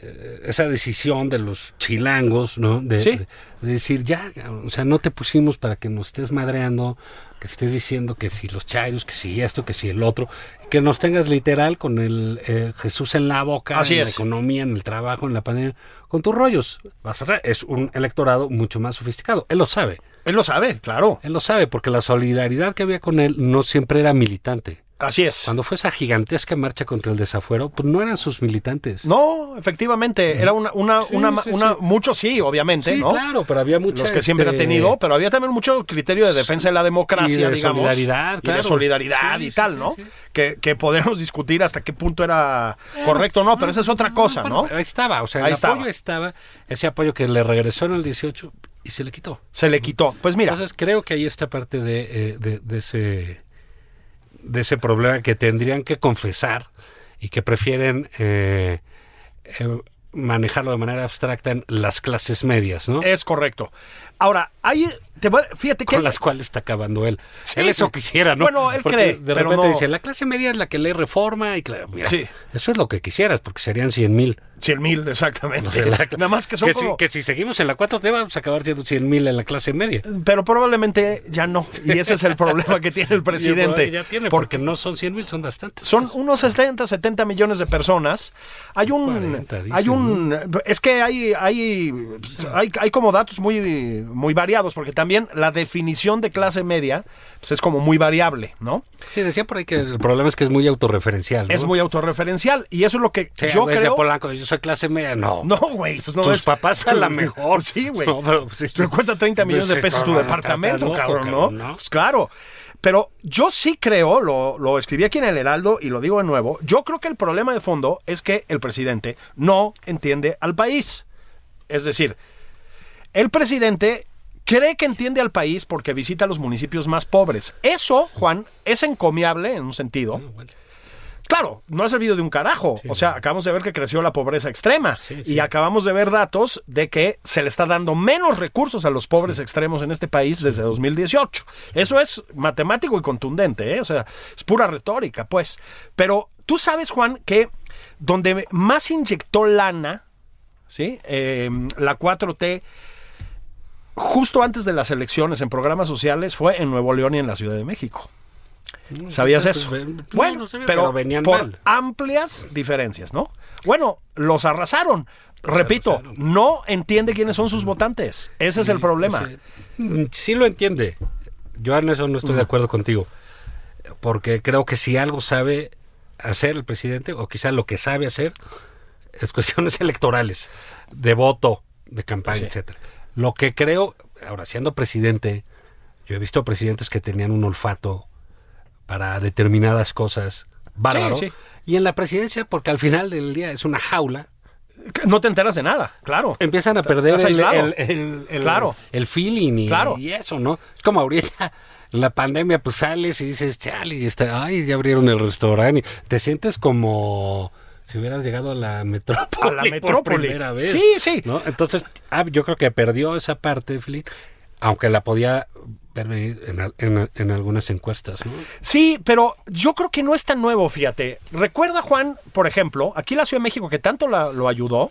C: eh, esa decisión de los chilangos, ¿no? De,
B: Sí.
C: de decir, ya, o sea, no te pusimos para que nos estés madreando, que estés diciendo que si los chayos, que si esto, que si el otro, que nos tengas literal con el eh, Jesús en la boca,
B: Así
C: en la
B: es.
C: economía, en el trabajo, en la pandemia, con tus rollos. Vas a ver, Es un electorado mucho más sofisticado, él lo sabe.
B: Él lo sabe, claro.
C: Él lo sabe porque la solidaridad que había con él no siempre era militante.
B: Así es.
C: Cuando fue esa gigantesca marcha contra el desafuero, pues no eran sus militantes.
B: No, efectivamente, era una, una,
C: Sí,
B: una,
C: sí,
B: una
C: sí.
B: muchos sí, obviamente,
C: sí,
B: ¿no?
C: claro, pero había este, muchos
B: Los que siempre ha tenido, pero había también mucho criterio de defensa de la democracia,
C: y de
B: digamos.
C: solidaridad,
B: y de
C: claro.
B: solidaridad
C: Sí,
B: y
C: sí,
B: tal,
C: sí,
B: ¿no?
C: sí. Eh,
B: Que, que podemos discutir hasta qué punto era correcto o no, pero esa es otra cosa, ¿no?
C: Ahí estaba, o sea, el
B: Ahí estaba.
C: apoyo estaba, ese apoyo que le regresó en el 18 y se le quitó.
B: Se le quitó. Pues mira,
C: Entonces creo que ahí está parte de, eh, de- de ese, de ese problema que tendrían que confesar y que prefieren eh, eh, manejarlo de manera abstracta en las clases medias, ¿no?
B: es correcto. Ahora, ahí te voy a- fíjate que
C: con las cuales está acabando él.
B: Sí.
C: Él eso quisiera, ¿no?
B: Bueno, él
C: Porque
B: cree,
C: De
B: pero
C: repente
B: no.
C: dice, la clase media es la que lee reforma y claro, mira,
B: Sí.
C: eso es lo que quisieras, porque serían 100 mil.
B: 100 mil, exactamente. Nada más que son
C: que,
B: como-
C: si, que si seguimos en la 4T vamos a acabar siendo 100 mil en la clase media.
B: Pero probablemente ya no. Y ese es el problema que tiene el presidente.
C: Que ya tiene,
B: porque
C: porque no son 100 mil, son bastantes.
B: son unos 70, 70 millones de personas. Hay un
C: 40, dicen,
B: hay un es que hay hay hay, hay como datos muy muy variados porque también la definición de clase media pues es como muy variable, ¿no?
C: Sí, decía por ahí que el problema es que es muy autorreferencial. ¿no?
B: Es muy autorreferencial y eso es lo que
C: Sí,
B: yo
C: güey, es de
B: creo
C: Polanco, yo soy clase media, no.
B: No, güey, pues no
C: Tus
B: es-
C: papás a la mejor.
B: Sí, güey.
C: No, pero, pues,
B: Te cuesta 30 millones de
C: sí,
B: pesos tu
C: cabrón,
B: departamento,
C: estás loco,
B: cabrón, ¿no?
C: ¿no?
B: Pues claro. Pero yo sí creo, lo, lo escribí aquí en el Heraldo y lo digo de nuevo, yo creo que el problema de fondo es que el presidente no entiende al país. Es decir, el presidente cree que entiende al país porque visita los municipios más pobres. Eso, Juan, es encomiable en un sentido. Claro, no ha servido de un carajo. o sea, acabamos de ver que creció la pobreza extrema y acabamos de ver datos de que se le está dando menos recursos a los pobres extremos en este país desde 2018. Eso es matemático y contundente, ¿eh? o sea, es pura retórica, pues. Pero tú sabes, Juan, que donde más inyectó lana, ¿sí? Eh, la 4T, justo antes de las elecciones en programas sociales, fue en Nuevo León y en la Ciudad de México. ¿Sabías
C: no,
B: eso?
C: pues, no,
B: bueno,
C: no sabía,
B: pero,
C: pero venían
B: por
C: mal.
B: amplias diferencias, ¿no? Bueno, los arrasaron. Repito,
C: arrasaron.
B: no entiende quiénes son sus votantes. Ese es el problema.
C: Mm, Sí lo entiende. Yo en eso no estoy de
B: Mm.
C: acuerdo contigo. Porque creo que si algo sabe hacer el presidente, o quizá lo que sabe hacer, es cuestiones electorales, de voto, de campaña, etcétera. Lo que creo, ahora siendo presidente, yo he visto presidentes que tenían un olfato para determinadas cosas bárbaro.
B: sí.
C: Y en la presidencia, porque al final del día es una jaula,
B: No te enteras de nada, claro.
C: empiezan a perder
B: estás
C: el,
B: aislado.
C: el- el- el-
B: Claro.
C: el feeling y,
B: Claro.
C: y eso, ¿no? Es como ahorita en la pandemia, pues sales y dices, chale, y está, ay, ya abrieron el restaurante. y Te sientes como si hubieras llegado a la metrópoli.
B: A la
C: por
B: metrópoli.
C: primera vez,
B: Sí, sí.
C: ¿no? Entonces, ah, yo creo que perdió esa parte, Fili, aunque la podía ver venir en, al- en- en algunas encuestas, ¿no?
B: Sí, pero yo creo que no es tan nuevo, fíjate. Recuerda, Juan, por ejemplo, aquí la Ciudad de México, que tanto la- lo ayudó,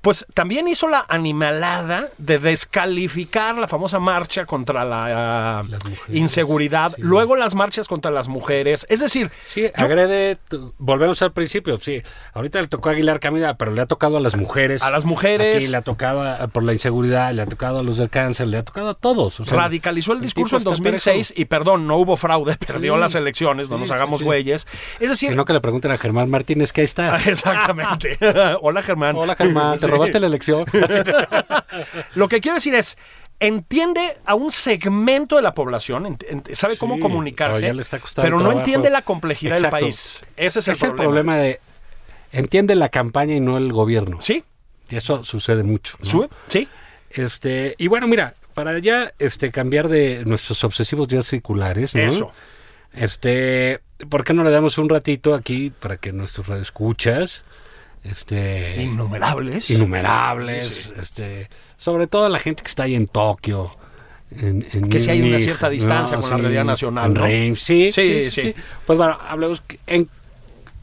B: pues también hizo la animalada de descalificar la famosa marcha contra la ah,
C: Las mujeres,
B: inseguridad,
C: sí.
B: luego las marchas contra las mujeres. Es decir,
C: Sí, agrede, tu- volvemos al principio, sí. Ahorita le tocó a Aguilar Camila, pero le ha tocado a las mujeres.
B: A las mujeres.
C: Aquí le ha tocado a- por la inseguridad, le ha tocado a los del cáncer, le ha tocado a todos. o sea,
B: radicalizó el discurso
C: tipo
B: en
C: está
B: 2006 y perdón, no hubo fraude, perdió
C: Sí.
B: las elecciones, no
C: Sí,
B: nos
C: sí,
B: hagamos
C: sí.
B: güeyes. Es
C: parejo.
B: decir,
C: Que no que le pregunten a Germán Martínez, que ahí está.
B: exactamente. Hola, Germán.
C: Hola Germán, te
B: Sí.
C: robaste la elección.
B: Lo que quiero decir es, entiende a un segmento de la población, ent- ent- sabe cómo
C: Sí,
B: comunicarse,
C: pero ya le está costando
B: pero no
C: trabajo.
B: entiende la complejidad
C: Exacto.
B: del país. Ese es
C: Ese
B: el
C: es el
B: problema.
C: problema de... Entiende la campaña y no el gobierno.
B: Sí,
C: Y eso sucede mucho. ¿no?
B: sube, sí.
C: Este, y bueno, mira, para ya este, cambiar de nuestros obsesivos días circulares, ¿no?
B: Eso.
C: Este, ¿por qué no le damos un ratito aquí para que nuestros radioescuchas, este,
B: Innumerables.
C: innumerables, este, sobre todo la gente que está ahí en Tokio. En, en
B: Que sí hay una
C: Múnich,
B: cierta distancia con la realidad nacional,
C: en
B: ¿no?
C: Reims, sí,
B: Sí,
C: sí, sí,
B: sí.
C: sí. Pues bueno, hablemos que- en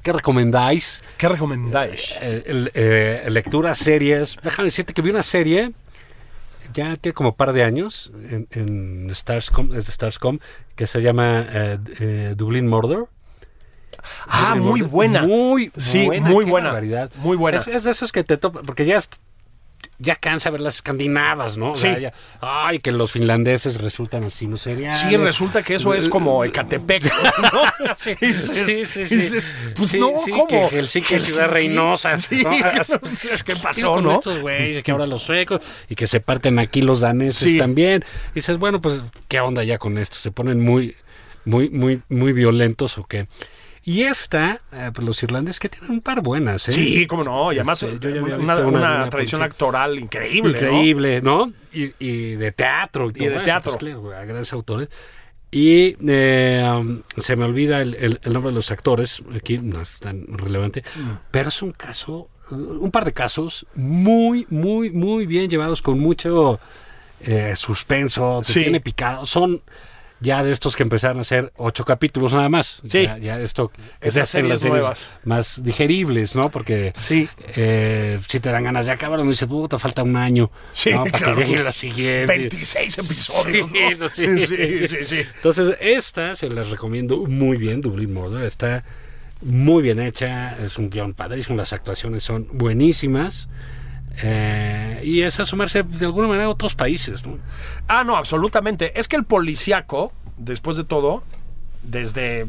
C: qué recomendáis
B: ¿Qué recomendáis?
C: eh, el- eh, lecturas, series. Déjame decirte que vi una serie, ya tiene como par de años, en, en Starscom, es de Starscom, que se llama eh, eh, Dublin Murder.
B: Ah,
C: Dublin
B: muy
C: Murder.
B: buena.
C: eh, Muy
B: Sí,
C: buena.
B: muy
C: qué
B: buena.
C: barbaridad.
B: Muy buena.
C: Es, es de esos que te topa, porque ya, es- ya cansa ver las escandinavas, ¿no? O sea,
B: Sí.
C: ya, ay, que los finlandeses resultan así, no sería.
B: Sí, resulta que eso es como Ecatepec, ¿no?
C: Sí,
B: Y dices-
C: sí, sí,
B: y
C: sí.
B: dices, pues
C: Sí,
B: no,
C: sí,
B: ¿cómo?
C: Que Helsinki es ciudad reinosa.
B: Sí,
C: ¿no?
B: no sé, ¿qué
C: Digo,
B: pasó,
C: con
B: no?
C: Estos güeyes, que ahora los suecos y que se parten aquí los daneses
B: Sí.
C: también. Y dices, bueno, pues, ¿qué onda ya con esto? Se ponen muy, muy, muy, muy violentos o qué. Y esta, eh, pues, los irlandeses que tienen un par buenas, ¿eh?
B: Sí, cómo no. Y además,
C: Este, yo ya había
B: una,
C: visto
B: una
C: una- una
B: tradición
C: producción.
B: actoral increíble, ¿no?
C: Increíble, ¿no? Y, y de teatro. Y, todo
B: de
C: eso,
B: teatro.
C: pues, claro, a grandes autores. Y eh, um, se me olvida el, el- el nombre de los actores, aquí no es tan relevante,
B: Mm.
C: pero es un caso, eh, un par de casos muy, muy, muy bien llevados, con mucho eh, suspenso, te
B: Sí.
C: tiene picado. Son ya de estos que empezaron a hacer ocho capítulos nada más.
B: Sí.
C: Ya, ya de esto que se
B: Esas
C: hacen las
B: series
C: series
B: nuevas.
C: más digeribles, ¿no? Porque
B: Sí.
C: eh, si te dan ganas, ya acabaron. Y dices, puta, falta un año.
B: Sí,
C: ¿no? Para
B: claro.
C: que llegue la siguiente.
B: 26 episodios,
C: Sí,
B: ¿no?
C: no, sí.
B: sí, sí, sí.
C: Entonces, esta se las recomiendo muy bien, Dublin Murder. Está muy bien hecha. Es un guión padrísimo. Las actuaciones son buenísimas. eh, y es asomarse de alguna manera a otros países, ¿no?
B: Ah, no, absolutamente. Es que el policíaco, después de todo, desde.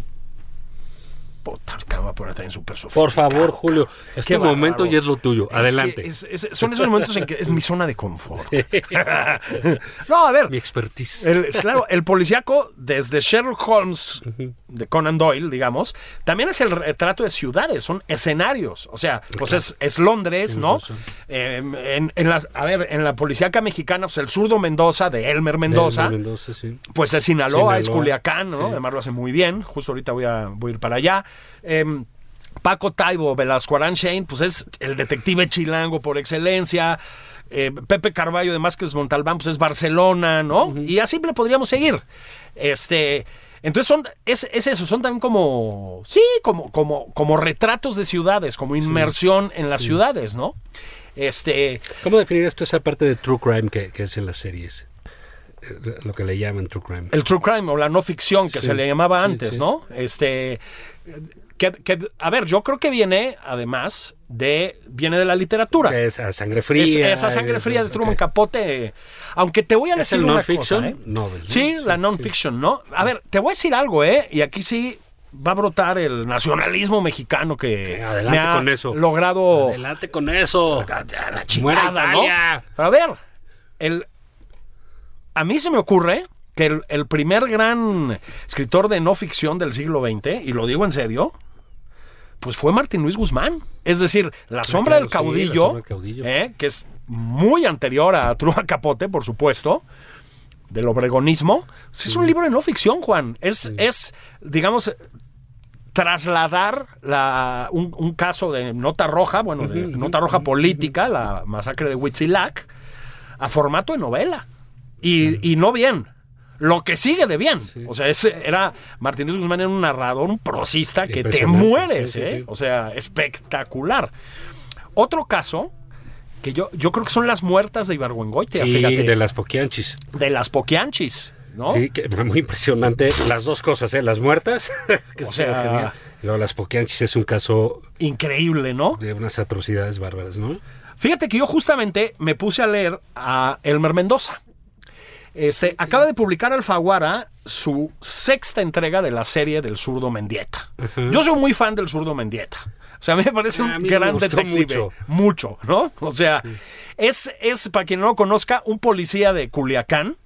B: Puta, ahorita me voy a poner también súper
C: Por
B: sofisticado,
C: favor,
B: cabrón.
C: Julio,
B: Qué
C: este momento
B: bárbaro.
C: ya es lo tuyo.
B: Es
C: Adelante.
B: que es- es- son esos momentos en que es mi zona de confort. no, a ver.
C: Mi expertise.
B: El- es claro, el policíaco, desde Sherlock Holmes de Conan Doyle, digamos, también es el retrato de ciudades, son escenarios. O sea, pues es, es Londres, ¿no? Eh, en, en las, a ver, en la policíaca mexicana, pues el zurdo Mendoza, de Elmer Mendoza,
C: De Mendoza, sí.
B: pues es Sinaloa, es
C: Sinaloa.
B: Culiacán, ¿no? Además lo hace muy bien, justo ahorita voy a, voy a ir para allá. Em, Paco Taibo, Velasco Shane, pues es el detective chilango por excelencia. Eh, Pepe Carballo de Másquez Montalbán, pues es Barcelona, ¿no? Y así le podríamos seguir. Este. Entonces son, es, es eso, son tan como, sí, como, como, como retratos de ciudades, como inmersión en las ciudades, ¿no? Este,
C: ¿Cómo definirías tú esa parte de true crime que, que es en las series? Eh, Lo que le llaman true crime.
B: el true crime o la no ficción que
C: Sí,
B: se le llamaba
C: sí,
B: antes,
C: sí.
B: ¿no? Este que, que- a ver, yo creo que viene además de viene de la literatura.
C: Que es a sangre fría.
B: Es- esa sangre
C: es-
B: fría de Truman
C: ok.
B: Capote. Aunque te voy a
C: ¿Es
B: decir
C: el
B: una
C: non-fiction
B: cosa, ¿eh?
C: novel, no?
B: Sí, la
C: Sí,
B: non-fiction, ¿no? A ver, te voy a decir algo, ¿eh? Y aquí sí va a brotar el nacionalismo mexicano que
C: Adelante
B: me ha
C: con eso.
B: logrado
C: Adelante con eso.
B: a la
C: Muera
B: chingada, ¿no?
C: Italia.
B: Pero a ver, el, a mí se me ocurre que el, el primer gran escritor de no ficción del siglo XX, y lo digo en serio, pues fue Martín Luis Guzmán. Es decir, La Sombra
C: Ah,
B: del
C: claro, sí, La
B: Caudillo,
C: Sombra del Caudillo.
B: ¿eh? que es muy anterior a Truman Capote, por supuesto, del obregonismo. Sí, Es un libro de no ficción, Juan. Es, es digamos, trasladar la, un, un caso de nota roja, bueno, de nota roja política, la masacre de Huitzilac, a formato de novela. Y, y no bien. Lo que sigue de bien. O sea, ese era Martínez Guzmán era un narrador, un prosista que te
C: Impresionante,
B: mueres,
C: sí, sí,
B: ¿eh?
C: sí.
B: O sea, espectacular. Otro caso que yo, yo creo que son las muertas de Ibargüengoitia,
C: Sí,
B: fíjate.
C: de las poquianchis.
B: de las Poquianchis, ¿no?
C: Sí, que fue muy impresionante. Las dos cosas, ¿eh? Las muertas. que
B: O
C: o
B: sea-
C: sea, las poquianchis es un caso
B: Increíble, ¿no?
C: de unas atrocidades bárbaras, ¿no?
B: Fíjate que yo justamente me puse a leer a Elmer Mendoza. Este, acaba de publicar Alfaguara su sexta entrega de la serie del zurdo Mendieta. Yo soy muy fan del zurdo Mendieta. O sea, a mí me parece
C: A
B: un
C: mí me
B: gran
C: gustó
B: detective. Mucho.
C: mucho.
B: ¿no? O sea, es, es, para quien no lo conozca, un policía de Culiacán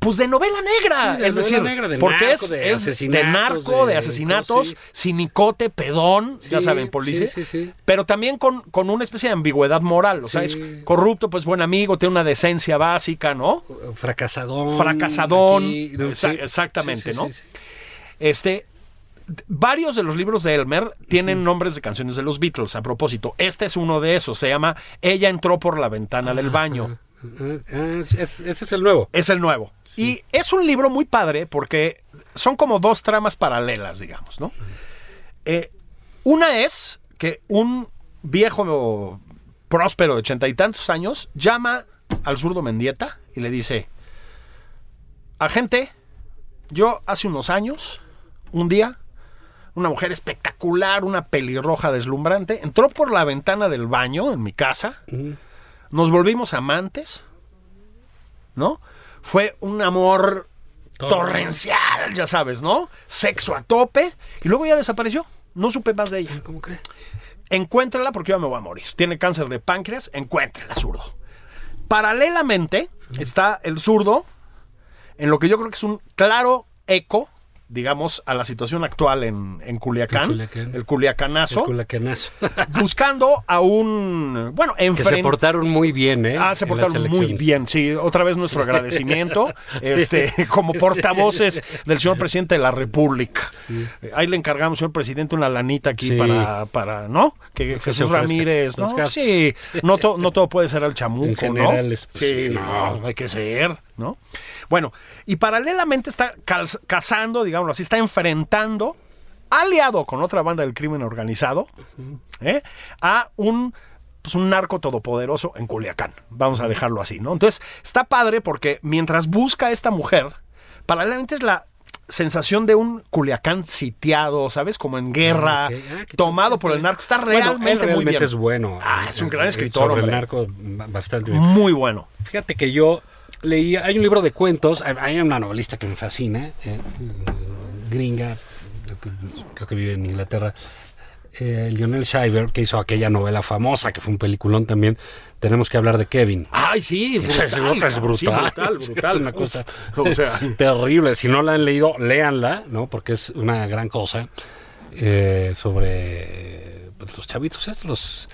B: pues de novela negra.
C: Sí, de
B: es
C: novela
B: decir,
C: negra, de
B: porque
C: narco,
B: es,
C: de
B: es
C: asesinatos,
B: de narco, de,
C: de
B: asesinatos,
C: cosas,
B: sinicote, pedón, ya
C: Sí,
B: saben, policía.
C: sí, sí, sí.
B: Pero también con, con una especie de ambigüedad moral. O sea, es
C: Sí.
B: corrupto, pues buen amigo, tiene una decencia básica, ¿no?
C: Fracasadón.
B: Fracasadón,
C: aquí, ¿no?
B: exa-
C: Sí.
B: exactamente,
C: Sí, sí,
B: ¿no?
C: sí, sí.
B: Este. d- Varios de los libros de Elmer tienen nombres de canciones de los Beatles. A propósito, este es uno de esos. Se llama Ella entró por la ventana del baño.
C: Ah, es- ese es el nuevo.
B: Es el nuevo. Y es un libro muy padre porque son como dos tramas paralelas, digamos, ¿no? Eh, una es que un viejo próspero de ochenta y tantos años llama al zurdo Mendieta y le dice, agente, yo hace unos años, un día, una mujer espectacular, una pelirroja deslumbrante, entró por la ventana del baño en mi casa, nos volvimos amantes, ¿no? Fue un amor torrencial, ya sabes, ¿no? Sexo a tope, y luego ya desapareció, no supe más de ella.
C: ¿Cómo crees?
B: Encuéntrala porque yo me voy a morir. Tiene cáncer de páncreas, encuéntrala, zurdo. Paralelamente está el zurdo en lo que yo creo que es un claro eco, digamos, a la situación actual en, en Culiacán,
C: En Culiacán.
B: el culiacanazo,
C: Con la quenazo.
B: buscando a un, bueno,
C: que se
B: enfrente.
C: portaron muy bien, ¿eh?
B: Ah, se
C: En las
B: portaron muy
C: elecciones.
B: bien, sí. Otra vez nuestro agradecimiento este, como portavoces del señor presidente de la República. Eh, Ahí le encargamos, señor presidente, una lanita aquí
C: Sí.
B: para, para, ¿no? Que
C: se
B: Jesús
C: ofrezca,
B: Ramírez,
C: los
B: ¿no?
C: gastos.
B: Sí, no, to- no todo puede ser al
C: En
B: chamuco, ¿no?
C: general es-
B: Sí,
C: sí,
B: no,
C: no.
B: hay que ser, ¿no? Bueno, y paralelamente está calz- cazando, digámoslo así, está enfrentando, aliado con otra banda del crimen organizado, ¿eh? a un, pues, un narco todopoderoso en Culiacán. Vamos a dejarlo así, ¿no? Entonces, está padre porque mientras busca a esta mujer, paralelamente es la sensación de un Culiacán sitiado, ¿sabes? Como en guerra,
C: Ah, ok. Ah, qué
B: tomado
C: interesante.
B: por el narco. Está
C: Bueno, él
B: realmente, muy bien.
C: realmente es bueno.
B: Ah, es un gran
C: Eh,
B: escritor,
C: Sobre el
B: hombre.
C: narco, ba- bastante bien.
B: Muy bueno.
C: Fíjate que yo leí, hay un libro de cuentos, hay- hay una novelista que me fascina, eh, gringa, creo que, creo que vive en Inglaterra, eh, Lionel Shiver, que hizo aquella novela famosa, que fue un peliculón también, tenemos que hablar de Kevin.
B: Ay, sí, brutal.
C: es brutal,
B: cabrón, sí, brutal,
C: brutal,
B: brutal.
C: Es una cosa
B: O sea,
C: terrible. Si no la han leído, léanla, ¿no? Porque es una gran cosa eh, sobre eh, pues, los chavitos estos, los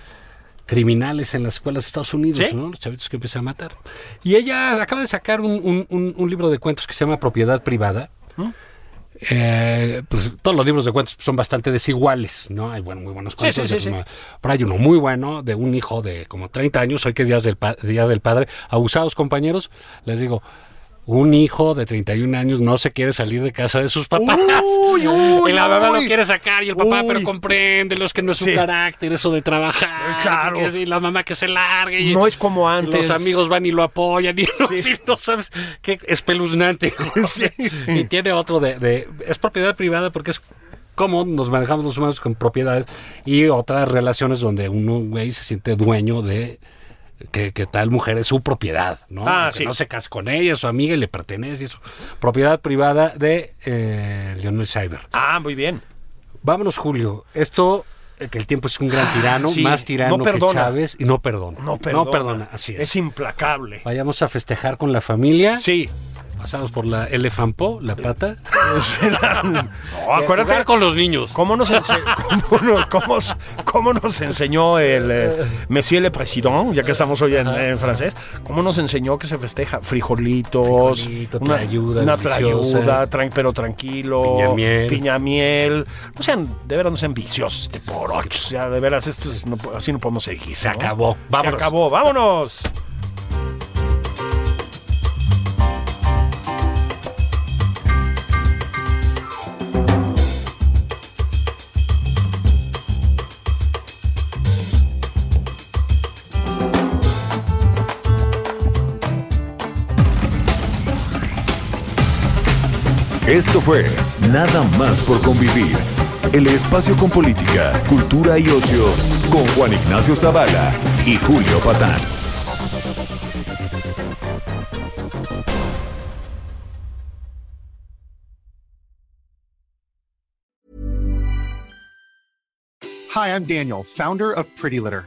C: criminales en las escuelas de Estados Unidos,
B: ¿Sí?
C: ¿no? Los chavitos que empiezan a matar. Y ella acaba de sacar un, un- un- un libro de cuentos que se llama Propiedad Privada. Eh, pues todos los libros de cuentos son bastante desiguales, ¿no? Hay bueno, muy buenos
B: Sí,
C: cuentos.
B: sí, sí,
C: otros
B: sí.
C: no. Pero hay uno muy bueno de un hijo de como 30 años, hoy que día del, pa- día del padre. Abusados, compañeros, les digo, un hijo de 31 años no se quiere salir de casa de sus papás.
B: Uy, uy,
C: y la mamá lo
B: uy.
C: quiere sacar y el papá,
B: Uy.
C: pero comprende, los que no es su
B: Sí.
C: carácter, eso de trabajar.
B: Claro.
C: Ah, que- Y la mamá que se largue. y-
B: No es como antes.
C: Los amigos van y lo apoyan. Y no, sí, no sabes qué espeluznante.
B: Sí.
C: Y tiene otro de, de- Es propiedad privada porque es cómo nos manejamos los humanos con propiedad y otras relaciones donde uno, güey, se siente dueño de. Que, que tal mujer es su propiedad, ¿no?
B: Ah,
C: Aunque
B: sí.
C: No se casa con ella, es su amiga y le pertenece. y Eso. Propiedad privada de eh, Leonel Cyber.
B: Ah, muy bien.
C: Vámonos, Julio. Esto, eh, que el tiempo es un gran tirano,
B: Ah, sí.
C: más tirano
B: No
C: que
B: perdona.
C: Chávez, y no perdona.
B: No perdona.
C: así es.
B: Es implacable.
C: Vayamos a festejar con la familia.
B: Sí.
C: Pasamos por la elefampo, la pata.
B: No,
C: A jugar
B: acuérdate
C: con los niños.
B: cómo nos, ense- cómo, no- cómo s- cómo nos enseñó el eh, Monsieur le Président, ya que estamos hoy en, en francés, cómo nos enseñó que se festeja frijolitos,
C: Frijolito, tlayuda
B: una
C: deliciosa.
B: tlayuda, tran- pero tranquilo,
C: Piñamiel.
B: piñamiel. No sean, de veras no sean viciosos, este, por ocho, o sea, de veras, esto es- no po- así no podemos seguir.
C: Se
B: ¿no?
C: acabó.
B: Se
C: Vámonos.
B: acabó, vámonos.
A: Esto fue Nada más por convivir. El espacio con política, cultura y ocio con Juan Ignacio Zavala y Julio Patán.
D: Hi, I'm Daniel, founder of Pretty Litter.